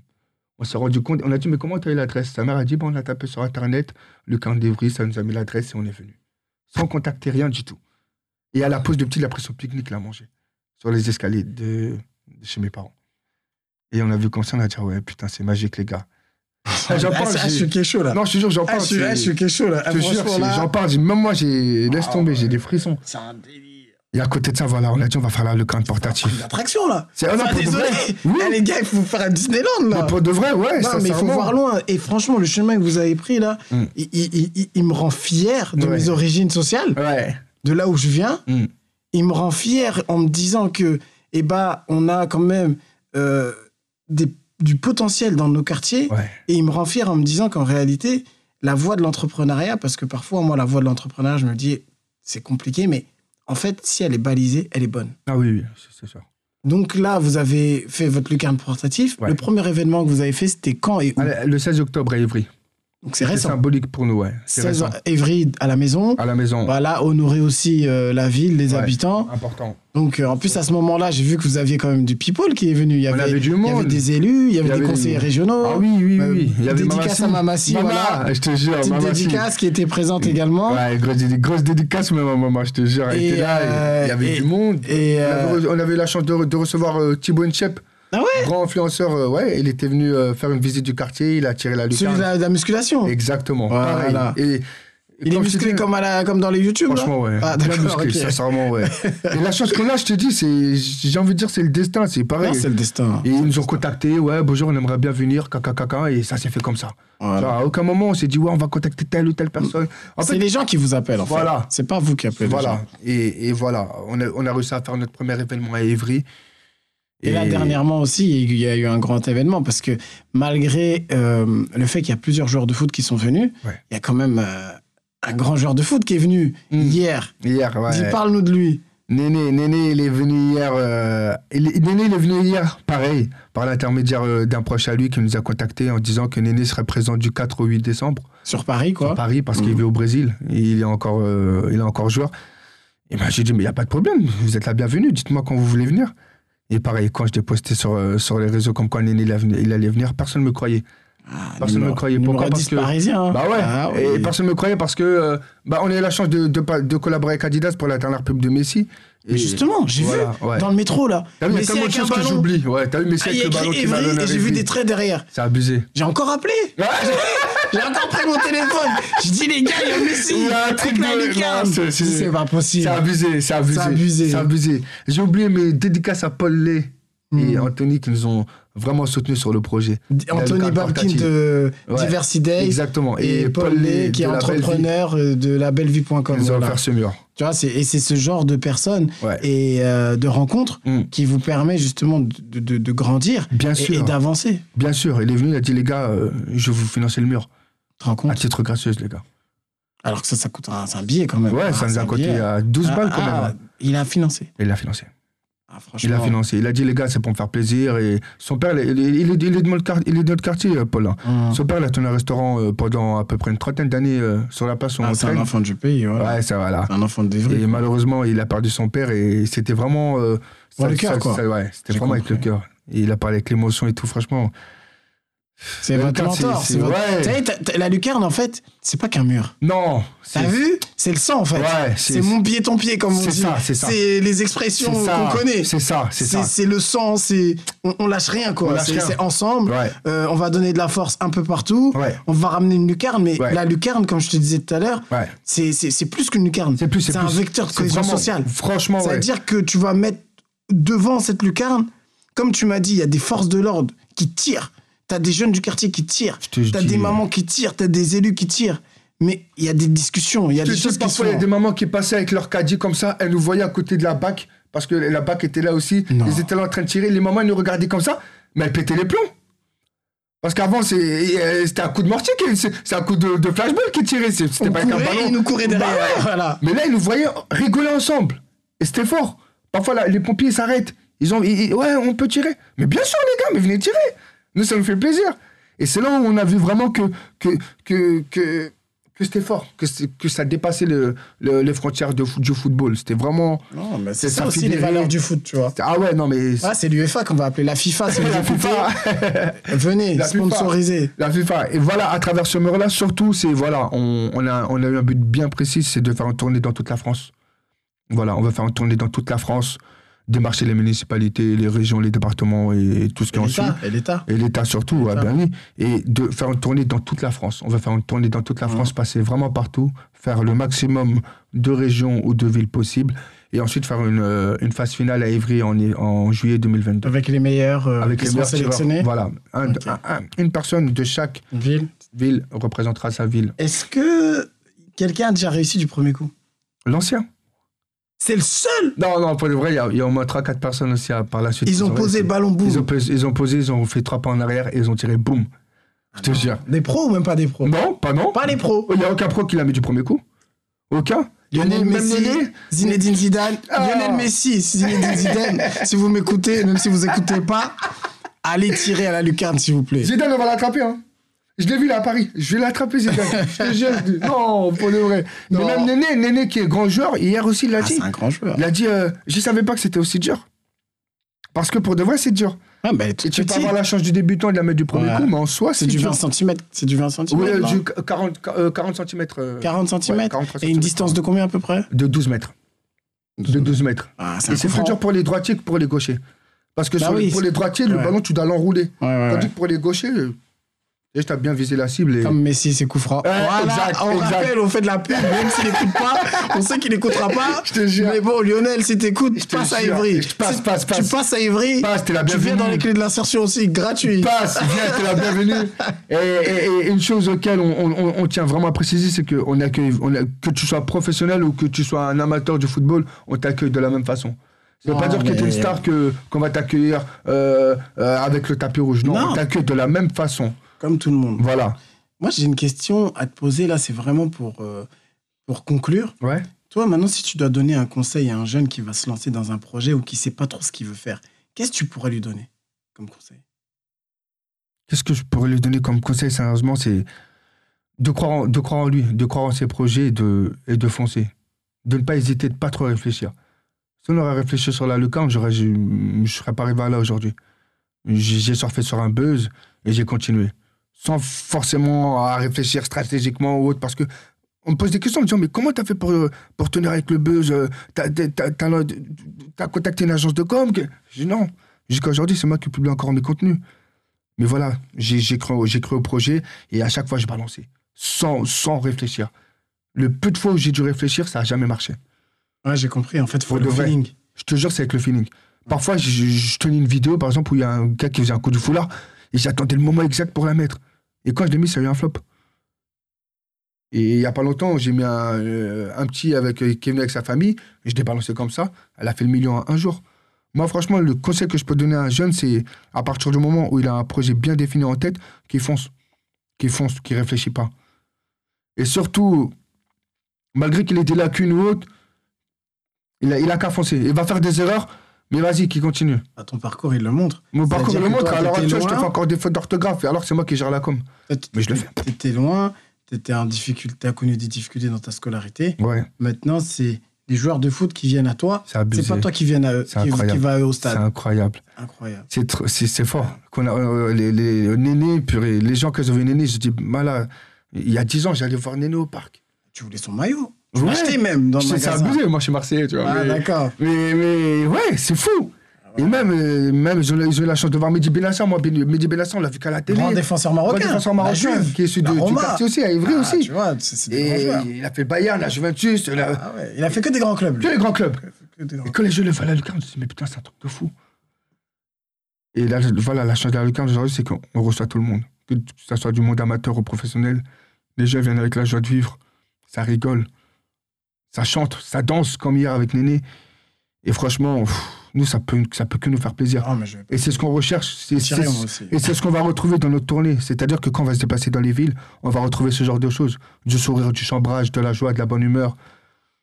[SPEAKER 1] On s'est rendu compte, on a dit mais comment t'as eu l'adresse Sa mère a dit bon, on a tapé sur internet, le camp d'Evry, ça nous a mis l'adresse et on est venu. Sans contacter rien du tout. Et à la pause de petit, il a pris son pique-nique, il a mangé. Sur les escaliers de, de chez mes parents. Et on a vu comme ça, on a dit Ah ouais, putain, c'est magique les gars. Ah, j'en
[SPEAKER 2] Ah,
[SPEAKER 1] parle,
[SPEAKER 2] c'est- ah,
[SPEAKER 1] j'ai-
[SPEAKER 2] je suis qui est chaud là.
[SPEAKER 1] Non, je te jure, j'en
[SPEAKER 2] Ah,
[SPEAKER 1] parle.
[SPEAKER 2] je suis ah, je
[SPEAKER 1] c'est-
[SPEAKER 2] suis qui est chaud là. Ah,
[SPEAKER 1] je te jure,
[SPEAKER 2] franchement,
[SPEAKER 1] c'est-
[SPEAKER 2] là,
[SPEAKER 1] j'en parle. j'ai- Même moi, j'ai. Laisse
[SPEAKER 2] Ah
[SPEAKER 1] tomber, j'ai
[SPEAKER 2] ouais.
[SPEAKER 1] des frissons.
[SPEAKER 2] C'est un délire.
[SPEAKER 1] Et à côté de ça, voilà, on a dit on va faire là, le camp portatif.
[SPEAKER 2] Une attraction là.
[SPEAKER 1] C'est un
[SPEAKER 2] Enfin,
[SPEAKER 1] pour de
[SPEAKER 2] désolé.
[SPEAKER 1] vrai. Oui.
[SPEAKER 2] Eh, les gars, il faut faire un Disneyland là.
[SPEAKER 1] Mais pour de vrai, ouais,
[SPEAKER 2] Non, mais il faut
[SPEAKER 1] sincèrement.
[SPEAKER 2] voir loin. Et franchement, le chemin que vous avez pris là,
[SPEAKER 1] Mm.
[SPEAKER 2] il, il- il- il me rend fier de
[SPEAKER 1] Ouais.
[SPEAKER 2] mes origines sociales,
[SPEAKER 1] Ouais.
[SPEAKER 2] de là où je viens.
[SPEAKER 1] Mm.
[SPEAKER 2] Il me rend fier en me disant que, eh ben, on a quand même euh, des- du potentiel dans nos quartiers.
[SPEAKER 1] Ouais.
[SPEAKER 2] Et il me rend fier en me disant qu'en réalité, la voie de l'entrepreneuriat, parce que parfois, moi, la voie de l'entrepreneuriat, je me dis, c'est compliqué, mais en fait, si elle est balisée, elle est bonne.
[SPEAKER 1] Ah oui, oui, c'est- c'est ça.
[SPEAKER 2] Donc là, vous avez fait votre lucarne portatif.
[SPEAKER 1] Ouais.
[SPEAKER 2] Le premier événement que vous avez fait, c'était quand et où
[SPEAKER 1] Allez, le 16 octobre à Évry.
[SPEAKER 2] Donc c'est
[SPEAKER 1] C'est
[SPEAKER 2] récent.
[SPEAKER 1] symbolique pour nous, ouais. C'est
[SPEAKER 2] 16
[SPEAKER 1] récent.
[SPEAKER 2] Évry à la maison.
[SPEAKER 1] À la maison.
[SPEAKER 2] Voilà, honorer aussi euh, la ville, les
[SPEAKER 1] Ouais.
[SPEAKER 2] habitants.
[SPEAKER 1] Important.
[SPEAKER 2] Donc euh, en plus, à ce moment-là, j'ai vu que vous aviez quand même du people qui est venu. Il y
[SPEAKER 1] On
[SPEAKER 2] avait,
[SPEAKER 1] avait du
[SPEAKER 2] il y avait
[SPEAKER 1] monde.
[SPEAKER 2] des élus, il y avait
[SPEAKER 1] Il y
[SPEAKER 2] des
[SPEAKER 1] avait-
[SPEAKER 2] conseillers régionaux.
[SPEAKER 1] Ah oui, oui,
[SPEAKER 2] Euh,
[SPEAKER 1] oui. Il y avait
[SPEAKER 2] dédicace à Mamassi,
[SPEAKER 1] Mama,
[SPEAKER 2] voilà.
[SPEAKER 1] je te jure,
[SPEAKER 2] Petite
[SPEAKER 1] Mamassi.
[SPEAKER 2] dédicace qui était présente également.
[SPEAKER 1] bah, Ouais, grosse, dédi- grosse dédicace même à maman, je te jure. Elle
[SPEAKER 2] Et,
[SPEAKER 1] était là, et-
[SPEAKER 2] euh,
[SPEAKER 1] il y avait
[SPEAKER 2] et-
[SPEAKER 1] du monde.
[SPEAKER 2] Et
[SPEAKER 1] On
[SPEAKER 2] euh,
[SPEAKER 1] avait re- on avait eu la chance de, re- de recevoir euh, Thibaut Nchep,
[SPEAKER 2] ah ouais,
[SPEAKER 1] grand influenceur. euh, ouais, il était venu euh, faire une visite du quartier, il a tiré la
[SPEAKER 2] celui de
[SPEAKER 1] lucarne.
[SPEAKER 2] la, de la musculation.
[SPEAKER 1] Exactement.
[SPEAKER 2] Voilà.
[SPEAKER 1] pareil. Et, et
[SPEAKER 2] il est
[SPEAKER 1] comme je
[SPEAKER 2] musclé
[SPEAKER 1] disais,
[SPEAKER 2] comme, à la, comme dans les YouTube. là.
[SPEAKER 1] Franchement, ouais.
[SPEAKER 2] Ah,
[SPEAKER 1] Bien
[SPEAKER 2] d'accord,
[SPEAKER 1] musclé,
[SPEAKER 2] ok.
[SPEAKER 1] sincèrement, ouais. Et la chose qu'on a, je te dis, c'est, j'ai envie de dire, c'est le destin, c'est pareil.
[SPEAKER 2] Non, c'est le destin.
[SPEAKER 1] et ils nous ont contactés, ouais, bonjour, on aimerait bien venir, caca, caca, et ça s'est fait comme ça.
[SPEAKER 2] Voilà.
[SPEAKER 1] Genre, à aucun moment, on s'est dit, ouais, on va contacter telle ou telle personne. En
[SPEAKER 2] C'est
[SPEAKER 1] fait,
[SPEAKER 2] les gens qui vous appellent. En
[SPEAKER 1] Voilà.
[SPEAKER 2] Fait. C'est pas vous qui appelez. les gens.
[SPEAKER 1] voilà. Et, et voilà, on a, on a réussi à faire notre premier événement à Évry.
[SPEAKER 2] Et, là, dernièrement aussi, il y a eu un grand événement parce que malgré euh, le fait qu'il y a plusieurs joueurs de foot qui sont venus,
[SPEAKER 1] Ouais.
[SPEAKER 2] il y a quand même euh, un grand joueur de foot qui est venu
[SPEAKER 1] Mm.
[SPEAKER 2] hier.
[SPEAKER 1] Hier, ouais.
[SPEAKER 2] Dis, parle-nous de lui.
[SPEAKER 1] Néné, Néné, il est venu hier. euh, il est- Néné, il est venu hier, pareil, par l'intermédiaire euh, d'un proche à lui qui nous a contacté en disant que Néné serait présent du 4 au 8 décembre
[SPEAKER 2] Sur Paris,
[SPEAKER 1] à
[SPEAKER 2] quoi.
[SPEAKER 1] Paris parce
[SPEAKER 2] Mhm.
[SPEAKER 1] qu'il vit au Brésil. Et il est encore, euh, il est encore joueur. Et ben, j'ai dit mais il y a pas de problème, vous êtes la bienvenue. Dites-moi quand vous voulez venir. Et pareil, quand je l'ai posté sur, euh, sur les réseaux comme quoi Néné il, a venu- il allait venir, personne ne me croyait.
[SPEAKER 2] Ah,
[SPEAKER 1] Personne
[SPEAKER 2] numéro-
[SPEAKER 1] ne me croyait.
[SPEAKER 2] numéro
[SPEAKER 1] Pourquoi
[SPEAKER 2] 10
[SPEAKER 1] Parce que-
[SPEAKER 2] parisien. hein.
[SPEAKER 1] Bah ouais.
[SPEAKER 2] Ah oui.
[SPEAKER 1] Et personne ne me croyait parce que euh, bah, on a eu la chance de, de, pa- de collaborer avec Adidas pour la dernière pub de Messi.
[SPEAKER 2] Mais Justement, j'ai
[SPEAKER 1] Voilà,
[SPEAKER 2] vu
[SPEAKER 1] ouais.
[SPEAKER 2] dans le métro, là.
[SPEAKER 1] T'as vu, il y a
[SPEAKER 2] Messi
[SPEAKER 1] tellement de
[SPEAKER 2] avec un
[SPEAKER 1] choses que
[SPEAKER 2] ballon.
[SPEAKER 1] j'oublie. Ouais, t'as vu Messi
[SPEAKER 2] Ah, il y
[SPEAKER 1] avec
[SPEAKER 2] a
[SPEAKER 1] le ballon
[SPEAKER 2] écrit
[SPEAKER 1] qui m'a
[SPEAKER 2] Evry
[SPEAKER 1] donné
[SPEAKER 2] et j'ai vu
[SPEAKER 1] Evry.
[SPEAKER 2] des traits derrière.
[SPEAKER 1] C'est abusé.
[SPEAKER 2] J'ai encore appelé. J'ai encore pris mon téléphone. Je dis, les gars, il y a Messi.
[SPEAKER 1] Il y a un
[SPEAKER 2] avec
[SPEAKER 1] truc
[SPEAKER 2] la
[SPEAKER 1] de-
[SPEAKER 2] lucarne.
[SPEAKER 1] non, c'est-
[SPEAKER 2] Je dis,
[SPEAKER 1] c'est-
[SPEAKER 2] C'est pas
[SPEAKER 1] C'est
[SPEAKER 2] possible.
[SPEAKER 1] abusé, c'est abusé.
[SPEAKER 2] C'est abusé.
[SPEAKER 1] C'est abusé. J'ai oublié mes dédicaces à Paul Lay et
[SPEAKER 2] Mm.
[SPEAKER 1] Anthony qui nous ont vraiment soutenus sur le projet.
[SPEAKER 2] Anthony
[SPEAKER 1] Duncan
[SPEAKER 2] Babkin
[SPEAKER 1] Portati.
[SPEAKER 2] de
[SPEAKER 1] Ouais.
[SPEAKER 2] Diversity Day.
[SPEAKER 1] Exactement.
[SPEAKER 2] Et, Paul Lay, qui est
[SPEAKER 1] de la Belle Vie,
[SPEAKER 2] entrepreneur euh, de la bellevie.com.
[SPEAKER 1] qui nous ont
[SPEAKER 2] voilà.
[SPEAKER 1] offert ce mur.
[SPEAKER 2] Tu vois, c'est, et c'est ce genre de personnes
[SPEAKER 1] Ouais.
[SPEAKER 2] et euh, de rencontres
[SPEAKER 1] Mm.
[SPEAKER 2] qui vous permet justement de, de- de grandir
[SPEAKER 1] Bien
[SPEAKER 2] et, et
[SPEAKER 1] sûr.
[SPEAKER 2] d'avancer.
[SPEAKER 1] Bien sûr. Il est venu, il a dit les gars, euh, je vais vous financer le mur.
[SPEAKER 2] Tu te rends
[SPEAKER 1] À
[SPEAKER 2] compte
[SPEAKER 1] titre gracieux, les gars.
[SPEAKER 2] Alors que ça, ça coûte un, c'est un billet quand même.
[SPEAKER 1] Ouais,
[SPEAKER 2] Ah,
[SPEAKER 1] ça nous
[SPEAKER 2] c'est
[SPEAKER 1] a
[SPEAKER 2] un
[SPEAKER 1] coûté
[SPEAKER 2] billet.
[SPEAKER 1] à 12
[SPEAKER 2] Ah,
[SPEAKER 1] balles quand
[SPEAKER 2] ah,
[SPEAKER 1] même.
[SPEAKER 2] Il a financé.
[SPEAKER 1] Il l'a financé.
[SPEAKER 2] Ah,
[SPEAKER 1] Il l'a
[SPEAKER 2] franchement.
[SPEAKER 1] financé. Il a dit les gars, c'est pour me faire plaisir. Et son père, il, il- il est- il est de mon quart- il est de notre quartier, euh, Paul. hein.
[SPEAKER 2] Mm.
[SPEAKER 1] Son père, il a tenu un restaurant euh, pendant à peu près une trentaine d'années euh, sur la place où
[SPEAKER 2] Ah,
[SPEAKER 1] on
[SPEAKER 2] c'est un
[SPEAKER 1] traîne.
[SPEAKER 2] enfant du pays, voilà.
[SPEAKER 1] Ouais, ça va là.
[SPEAKER 2] C'est un enfant d'Evry.
[SPEAKER 1] Et malheureusement, il a perdu son père et c'était vraiment. euh,
[SPEAKER 2] Dans
[SPEAKER 1] ça-
[SPEAKER 2] le cœur,
[SPEAKER 1] ça-
[SPEAKER 2] quoi.
[SPEAKER 1] ça- ouais, c'était
[SPEAKER 2] J'ai
[SPEAKER 1] vraiment avec
[SPEAKER 2] compris.
[SPEAKER 1] le cœur. Et il a parlé avec l'émotion et tout, franchement.
[SPEAKER 2] C'est votre
[SPEAKER 1] Lucarne, c'est-
[SPEAKER 2] mentor.
[SPEAKER 1] c'est-
[SPEAKER 2] c'est votre-
[SPEAKER 1] ouais.
[SPEAKER 2] Tu sais, t'as- t'as- la lucarne, en fait, c'est pas qu'un mur.
[SPEAKER 1] Non
[SPEAKER 2] T'as
[SPEAKER 1] c'est-
[SPEAKER 2] vu C'est le sang en fait.
[SPEAKER 1] Ouais, c'est-
[SPEAKER 2] c'est mon pied ton pied comme on
[SPEAKER 1] c'est
[SPEAKER 2] dit.
[SPEAKER 1] ça, c'est ça.
[SPEAKER 2] les expressions
[SPEAKER 1] c'est ça,
[SPEAKER 2] qu'on connaît.
[SPEAKER 1] C'est ça, c'est ça.
[SPEAKER 2] C'est le sang, c'est on, on lâche rien
[SPEAKER 1] On
[SPEAKER 2] quoi.
[SPEAKER 1] lâche
[SPEAKER 2] C'est
[SPEAKER 1] rien.
[SPEAKER 2] c'est ensemble.
[SPEAKER 1] Ouais.
[SPEAKER 2] Euh, on va donner de la force un peu partout.
[SPEAKER 1] Ouais.
[SPEAKER 2] On va ramener une lucarne, mais
[SPEAKER 1] Ouais.
[SPEAKER 2] la lucarne, comme je te disais tout à l'heure,
[SPEAKER 1] Ouais.
[SPEAKER 2] c'est- c'est c'est plus qu'une lucarne.
[SPEAKER 1] C'est plus, c'est
[SPEAKER 2] un
[SPEAKER 1] plus.
[SPEAKER 2] vecteur de
[SPEAKER 1] C'est
[SPEAKER 2] cohésion
[SPEAKER 1] vraiment-
[SPEAKER 2] sociale.
[SPEAKER 1] Franchement, ouais.
[SPEAKER 2] C'est-à-dire que tu vas mettre devant cette lucarne, comme tu m'as dit, il y a des forces de l'ordre qui tirent. T'as des jeunes du quartier qui tirent.
[SPEAKER 1] Je te
[SPEAKER 2] T'as
[SPEAKER 1] dis-
[SPEAKER 2] des mamans qui tirent. T'as des élus qui tirent. Mais il y a des discussions, il y a
[SPEAKER 1] Tu
[SPEAKER 2] des
[SPEAKER 1] sais,
[SPEAKER 2] choses qui se
[SPEAKER 1] parfois, il y a
[SPEAKER 2] font.
[SPEAKER 1] des mamans qui passaient avec leur caddie comme ça, elles nous voyaient à côté de la bac, parce que la bac était là aussi,
[SPEAKER 2] Non.
[SPEAKER 1] ils étaient là en train de tirer, les mamans elles nous regardaient comme ça, mais elles pétaient les plombs. Parce qu'avant, c'est- euh, c'était un coup de mortier, qui- c'est c'est un coup de, de flashball qui tirait, c'est- c'était
[SPEAKER 2] On
[SPEAKER 1] pas avec un
[SPEAKER 2] courait
[SPEAKER 1] ballon.
[SPEAKER 2] et ils nous couraient
[SPEAKER 1] Bah
[SPEAKER 2] derrière.
[SPEAKER 1] ouais.
[SPEAKER 2] Voilà.
[SPEAKER 1] Mais là, ils nous voyaient rigoler ensemble. Et c'était fort. Parfois, là, les pompiers ils s'arrêtent. Ils ont. ils- ils- ouais, on peut tirer. Mais bien sûr, les gars, mais venez tirer. Nous, ça nous fait plaisir. Et c'est là où on a vu vraiment que, que, que, que, que c'était fort, que, c'est- que ça dépassait le, le- les frontières de, fo- du football. C'était vraiment.
[SPEAKER 2] Non, mais c'est
[SPEAKER 1] Ça
[SPEAKER 2] ça aussi les
[SPEAKER 1] fédérait.
[SPEAKER 2] valeurs du foot, tu vois.
[SPEAKER 1] Ah ouais, non, mais.
[SPEAKER 2] Ah, c'est l'UEFA qu'on va appeler la FIFA. Si vous
[SPEAKER 1] la
[SPEAKER 2] écoutez,
[SPEAKER 1] FIFA,
[SPEAKER 2] venez,
[SPEAKER 1] La FIFA.
[SPEAKER 2] sponsorisez.
[SPEAKER 1] la FIFA. Et voilà, à travers ce mur-là, surtout, c'est voilà, on, on a, on a eu un but bien précis, c'est de faire une tournée dans toute la France. Voilà, on va faire une tournée dans toute la France, démarcher les municipalités, les régions, les départements et, et tout ce
[SPEAKER 2] Et
[SPEAKER 1] qui en suit.
[SPEAKER 2] l'État, et l'État.
[SPEAKER 1] Et l'État surtout, ouais,
[SPEAKER 2] L'État.
[SPEAKER 1] bien oui. Et de faire une tournée dans toute la France. On va faire une tournée dans toute la
[SPEAKER 2] Mhm.
[SPEAKER 1] France, passer vraiment partout, faire le maximum de régions ou de villes possibles, et ensuite faire une, euh, une phase finale à Évry en, en juillet 2022.
[SPEAKER 2] Avec les meilleurs euh,
[SPEAKER 1] Avec
[SPEAKER 2] qui
[SPEAKER 1] les
[SPEAKER 2] sont
[SPEAKER 1] meilleurs tireurs.
[SPEAKER 2] sélectionnés.
[SPEAKER 1] Voilà. Un-
[SPEAKER 2] Ok.
[SPEAKER 1] un- un- une personne de chaque
[SPEAKER 2] Ville.
[SPEAKER 1] ville représentera sa ville.
[SPEAKER 2] Est-ce que quelqu'un a déjà réussi du premier coup
[SPEAKER 1] L'ancien
[SPEAKER 2] C'est le seul
[SPEAKER 1] Non, non, pour le vrai, il y a- il y, a au moins 3-4 personnes aussi à- par la suite.
[SPEAKER 2] Ils ont posé
[SPEAKER 1] essayé.
[SPEAKER 2] ballon boum.
[SPEAKER 1] Ils ont, posé- ils ont posé, ils ont fait trois pas en arrière et ils ont tiré boum. Je te
[SPEAKER 2] Ah non.
[SPEAKER 1] jure.
[SPEAKER 2] Des pros ou même pas des pros
[SPEAKER 1] Non, pas non. Oh,
[SPEAKER 2] Pas les pros.
[SPEAKER 1] Il n'y a aucun pro qui l'a mis du premier coup. Aucun.
[SPEAKER 2] Lionel
[SPEAKER 1] Même
[SPEAKER 2] Messi,
[SPEAKER 1] Lionel
[SPEAKER 2] Zinedine Zidane.
[SPEAKER 1] Ah.
[SPEAKER 2] Lionel Messi, Zinedine Zidane. si vous m'écoutez, même si vous écoutez pas, allez tirer à la lucarne, s'il vous plaît.
[SPEAKER 1] Zidane, on va l'attraper. Hein. Je l'ai vu là à Paris. Je vais l'attraper, Zidane. je te jure. je dis, Non, pour de vrai.
[SPEAKER 2] Non.
[SPEAKER 1] Mais même Néné, Néné qui est grand joueur, hier aussi, il l'a
[SPEAKER 2] Ah,
[SPEAKER 1] dit.
[SPEAKER 2] c'est un grand joueur.
[SPEAKER 1] Il a dit euh, Je savais pas que c'était aussi dur. Parce que pour de vrai, c'est dur.
[SPEAKER 2] Ah, bah, tout
[SPEAKER 1] Et tu peux
[SPEAKER 2] petit.
[SPEAKER 1] avoir la chance du débutant et de la mettre du premier
[SPEAKER 2] Ouais.
[SPEAKER 1] coup, mais en soi,
[SPEAKER 2] C'est du
[SPEAKER 1] dur.
[SPEAKER 2] 20 cm. C'est du 20 cm.
[SPEAKER 1] Oui, euh, du 40, euh, 40 cm.
[SPEAKER 2] 40 cm.
[SPEAKER 1] ouais, 43
[SPEAKER 2] Et une
[SPEAKER 1] centimètres.
[SPEAKER 2] distance de combien à peu près
[SPEAKER 1] De 12 mètres. De 12 mètres.
[SPEAKER 2] Ah, c'est
[SPEAKER 1] Et
[SPEAKER 2] un
[SPEAKER 1] c'est
[SPEAKER 2] coup
[SPEAKER 1] plus
[SPEAKER 2] franc.
[SPEAKER 1] dur pour les droitiers que pour les gauchers. Parce que
[SPEAKER 2] Bah
[SPEAKER 1] sur les-
[SPEAKER 2] oui,
[SPEAKER 1] pour
[SPEAKER 2] c'est-
[SPEAKER 1] les droitiers, le
[SPEAKER 2] ouais.
[SPEAKER 1] ballon, tu dois l'enrouler.
[SPEAKER 2] Ouais, ouais,
[SPEAKER 1] Tandis
[SPEAKER 2] ouais.
[SPEAKER 1] que pour les gauchers, euh, tu as bien visé la cible. Et...
[SPEAKER 2] Comme Messi, c'est coup franc.
[SPEAKER 1] Ouais,
[SPEAKER 2] voilà,
[SPEAKER 1] exact,
[SPEAKER 2] on
[SPEAKER 1] exact.
[SPEAKER 2] rappelle, on fait de la pub, même s'il n'écoute pas, on sait qu'il n'écoutera pas.
[SPEAKER 1] Je te jure.
[SPEAKER 2] Mais bon, Lionel, si t'écoutes,
[SPEAKER 1] Je te
[SPEAKER 2] passe à
[SPEAKER 1] jure.
[SPEAKER 2] Ivry.
[SPEAKER 1] Je passe,
[SPEAKER 2] Si
[SPEAKER 1] passe,
[SPEAKER 2] Tu
[SPEAKER 1] passe.
[SPEAKER 2] passes à Ivry.
[SPEAKER 1] Passe, t'es la
[SPEAKER 2] tu viens
[SPEAKER 1] bienvenue.
[SPEAKER 2] dans les clés de l'insertion aussi, gratuit.
[SPEAKER 1] Passe, viens, t'es la bienvenue. Et, et- et une chose auquel on, on- on- on tient vraiment à préciser, c'est que on accueille, on a- que tu sois professionnel ou que tu sois un amateur du football, on t'accueille de la même façon. Ça veut
[SPEAKER 2] Non,
[SPEAKER 1] pas dire que t'es
[SPEAKER 2] mais-
[SPEAKER 1] une star que- qu'on va t'accueillir euh, euh, avec le tapis rouge. Non,
[SPEAKER 2] Non.
[SPEAKER 1] on t'accueille de la même façon.
[SPEAKER 2] Comme tout le monde.
[SPEAKER 1] Voilà.
[SPEAKER 2] Moi, j'ai une question à te poser là, c'est vraiment pour, euh, pour conclure.
[SPEAKER 1] Ouais.
[SPEAKER 2] Toi, maintenant, si tu dois donner un conseil à un jeune qui va se lancer dans un projet ou qui sait pas trop ce qu'il veut faire, qu'est-ce que tu pourrais lui donner comme conseil
[SPEAKER 1] Qu'est-ce que je pourrais lui donner comme conseil, sérieusement C'est de croire, en, de croire en lui, de croire en ses projets et de, et de foncer. De ne pas hésiter, de ne pas trop réfléchir. Si on aurait réfléchi sur la lucarne, j'aurais- je ne serais pas arrivé à là aujourd'hui. J'ai j'ai surfé sur un buzz et j'ai continué. Sans forcément à réfléchir stratégiquement ou autre, parce que on me pose des questions en me disant Mais comment tu as fait pour, euh, pour tenir avec le buzz euh, T'as t'as- t'as- t'as- t'as contacté une agence de com que- Je dis Non. Jusqu'à aujourd'hui, c'est moi qui publie encore mes contenus. Mais voilà, j'ai j'ai cru, au- j'ai cru au projet et à chaque fois, je balançais, sans, sans réfléchir. Le peu de fois où j'ai dû réfléchir, ça n'a jamais marché.
[SPEAKER 2] Ouais, j'ai compris. En fait, faut
[SPEAKER 1] Pour
[SPEAKER 2] le
[SPEAKER 1] de vrai.
[SPEAKER 2] feeling.
[SPEAKER 1] Je te jure, c'est avec le feeling. Parfois, je, je- je tenais une vidéo, par exemple, où il y a un gars qui faisait un coup de foulard et j'attendais le moment exact pour la mettre. Et quand je l'ai mis, ça a eu un flop. Et il n'y a pas longtemps, j'ai mis un, euh, un petit avec, euh, qui est venu avec sa famille, et je l'ai balancé comme ça. Elle a fait le million en un jour. Moi, franchement, le conseil que je peux donner à un jeune, c'est à partir du moment où il a un projet bien défini en tête, qu'il fonce. Qu'il fonce, qu'il réfléchit pas. Et surtout, malgré qu'il ait des lacunes ou autres, il a, il a qu'à foncer. Il va faire des erreurs, mais vas-y, qu'il continue.
[SPEAKER 2] Bah, ton parcours, il le montre.
[SPEAKER 1] Mon parcours
[SPEAKER 2] C'est-à-dire
[SPEAKER 1] me le
[SPEAKER 2] que
[SPEAKER 1] montre.
[SPEAKER 2] toi,
[SPEAKER 1] Alors,
[SPEAKER 2] t'étais
[SPEAKER 1] tu vois, je te
[SPEAKER 2] loin.
[SPEAKER 1] fais encore des fautes d'orthographe. Et alors, c'est moi qui gère la com.
[SPEAKER 2] Toi, t-
[SPEAKER 1] Mais je le fais.
[SPEAKER 2] T'étais loin, t'étais en difficulté, t'as connu des difficultés dans ta scolarité.
[SPEAKER 1] Ouais,
[SPEAKER 2] Maintenant, c'est les joueurs de foot qui viennent à toi.
[SPEAKER 1] c'est abusé.
[SPEAKER 2] C'est pas toi qui viens à eux,
[SPEAKER 1] C'est
[SPEAKER 2] qui,
[SPEAKER 1] incroyable.
[SPEAKER 2] qui va à eux au
[SPEAKER 1] C'est
[SPEAKER 2] stade.
[SPEAKER 1] incroyable.
[SPEAKER 2] Incroyable.
[SPEAKER 1] C'est tr- c'est c'est fort. Qu'on a euh, les, les Néné, purée, les gens qui ont vu Néné, je dis, voilà, il y a 10 ans, j'allais voir Néné au parc.
[SPEAKER 2] Tu voulais son maillot. Tu
[SPEAKER 1] Ouais.
[SPEAKER 2] l'as acheté même dans le
[SPEAKER 1] C'est c'est
[SPEAKER 2] magasin.
[SPEAKER 1] abusé. Moi, je suis Marseillais, tu vois.
[SPEAKER 2] Ah,
[SPEAKER 1] mais-
[SPEAKER 2] d'accord.
[SPEAKER 1] Mais, mais ouais, c'est fou. Et même, euh, même ils, ont, ils ont eu la chance de voir Mehdi Benassan. Moi, Ben- Mehdi Benassan, on l'a vu qu'à la télé.
[SPEAKER 2] Grand défenseur marocain.
[SPEAKER 1] Grand défenseur marocain,
[SPEAKER 2] La Juve,
[SPEAKER 1] qui est issu
[SPEAKER 2] la
[SPEAKER 1] de- du
[SPEAKER 2] Roma.
[SPEAKER 1] quartier aussi, à Ivry
[SPEAKER 2] Ah,
[SPEAKER 1] aussi.
[SPEAKER 2] Tu vois, c'est c'est des grands
[SPEAKER 1] Et
[SPEAKER 2] joueurs.
[SPEAKER 1] il a fait le Bayern, la Juventus, la-
[SPEAKER 2] Ah ouais, Il a fait que des grands clubs.
[SPEAKER 1] que
[SPEAKER 2] lui.
[SPEAKER 1] les grands clubs.
[SPEAKER 2] Que des grands
[SPEAKER 1] Et quand les jeux le à la lucarne, on se dit, mais putain, c'est un truc de fou. Et là, voilà, la chance de la lucarne aujourd'hui, c'est qu'on on reçoit tout le monde. Que ce soit du monde amateur ou professionnel, les gens viennent avec la joie de vivre. Ça rigole. Ça chante, ça danse, comme hier avec Néné. Et franchement, pff, nous, ça peut, ça peut que nous faire plaisir.
[SPEAKER 2] Ah, mais je vais
[SPEAKER 1] Et c'est ce qu'on recherche. c'est-
[SPEAKER 2] tirer
[SPEAKER 1] c'est-
[SPEAKER 2] moi aussi.
[SPEAKER 1] et c'est ce qu'on va retrouver dans notre tournée. C'est-à-dire que quand on va se déplacer dans les villes, on va retrouver ce genre de choses. Du sourire, du chambrage, de la joie, de la bonne humeur.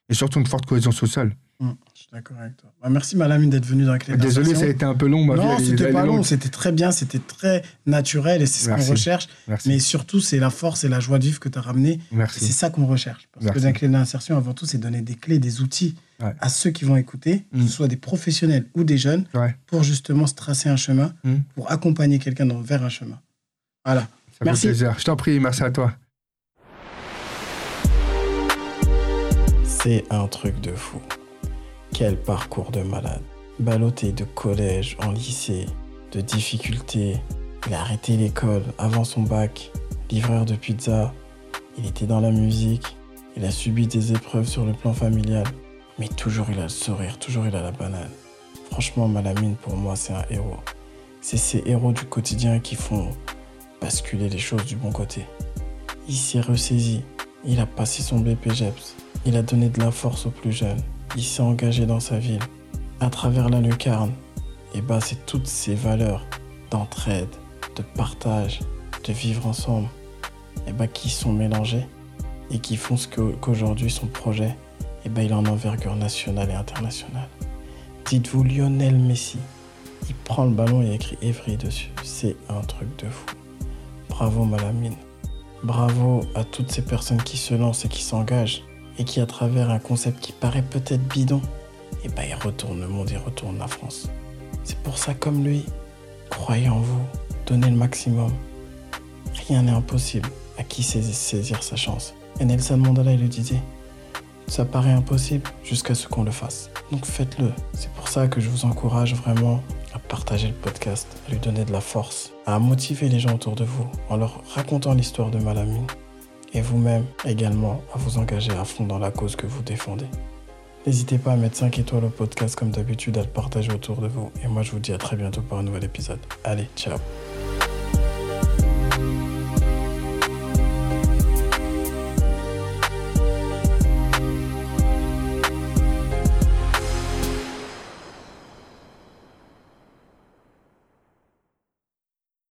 [SPEAKER 1] et surtout une forte cohésion sociale.
[SPEAKER 2] Hum, je suis d'accord avec toi. Bah, merci Malamine d'être venu dans la clé de la
[SPEAKER 1] Désolé,
[SPEAKER 2] station.
[SPEAKER 1] ça a été un peu long. Ma vie,
[SPEAKER 2] Non,
[SPEAKER 1] elle est- elle
[SPEAKER 2] c'était
[SPEAKER 1] est
[SPEAKER 2] pas long,
[SPEAKER 1] longue.
[SPEAKER 2] c'était très bien, c'était très naturel et c'est ce qu'on
[SPEAKER 1] Merci.
[SPEAKER 2] recherche.
[SPEAKER 1] Merci.
[SPEAKER 2] Mais surtout, c'est la force et la joie de vivre que tu as ramené. Et C'est
[SPEAKER 1] Merci.
[SPEAKER 2] ça qu'on recherche. Parce que
[SPEAKER 1] Merci.
[SPEAKER 2] la clé de l'insertion, avant tout, c'est donner des clés, des outils
[SPEAKER 1] Ouais.
[SPEAKER 2] à ceux qui vont écouter, que
[SPEAKER 1] Mm.
[SPEAKER 2] ce soit des professionnels ou des jeunes,
[SPEAKER 1] Ouais.
[SPEAKER 2] pour justement se tracer un chemin,
[SPEAKER 1] Mm.
[SPEAKER 2] pour accompagner quelqu'un dans- vers un chemin. Voilà.
[SPEAKER 1] Ça
[SPEAKER 2] Merci.
[SPEAKER 1] fait plaisir. Je t'en prie, merci à toi.
[SPEAKER 2] C'est un truc de fou. Quel parcours de malade. Ballotté de collège en lycée, de difficultés. Il a arrêté l'école avant son bac, livreur de pizza. Il était dans la musique. Il a subi des épreuves sur le plan familial. Mais toujours il a le sourire, toujours il a la banane. Franchement, Malamine, pour moi, c'est un héros. C'est ces héros du quotidien qui font basculer les choses du bon côté. Il s'est ressaisi. Il a passé son BPGEPS. Il a donné de la force aux plus jeunes. Il s'est engagé dans sa ville, à travers la lucarne. Et bah, c'est toutes ces valeurs d'entraide, de partage, de vivre ensemble, et bah, qui sont mélangées et qui font ce que- qu'aujourd'hui son projet, et bah, il est en envergure nationale et internationale. Dites-vous Lionel Messi. Il prend le ballon et écrit Evry dessus. C'est un truc de fou. Bravo Malamine. Bravo à toutes ces personnes qui se lancent et qui s'engagent et qui, à travers un concept qui paraît peut-être bidon, eh ben, ils retournent le monde, ils retournent la France. C'est pour ça, comme lui, croyez en vous, donnez le maximum. Rien n'est impossible à qui sait saisir sa chance. Et Nelson Mandela, il le disait, ça paraît impossible jusqu'à ce qu'on le fasse. Donc faites-le. C'est pour ça que je vous encourage vraiment à partager le podcast, à lui donner de la force, à motiver les gens autour de vous en leur racontant l'histoire de Malamine et vous-même également à vous engager à fond dans la cause que vous défendez. N'hésitez pas à mettre 5 étoiles au podcast comme d'habitude, à le partager autour de vous. Et moi, je vous dis à très bientôt pour un nouvel épisode. Allez, ciao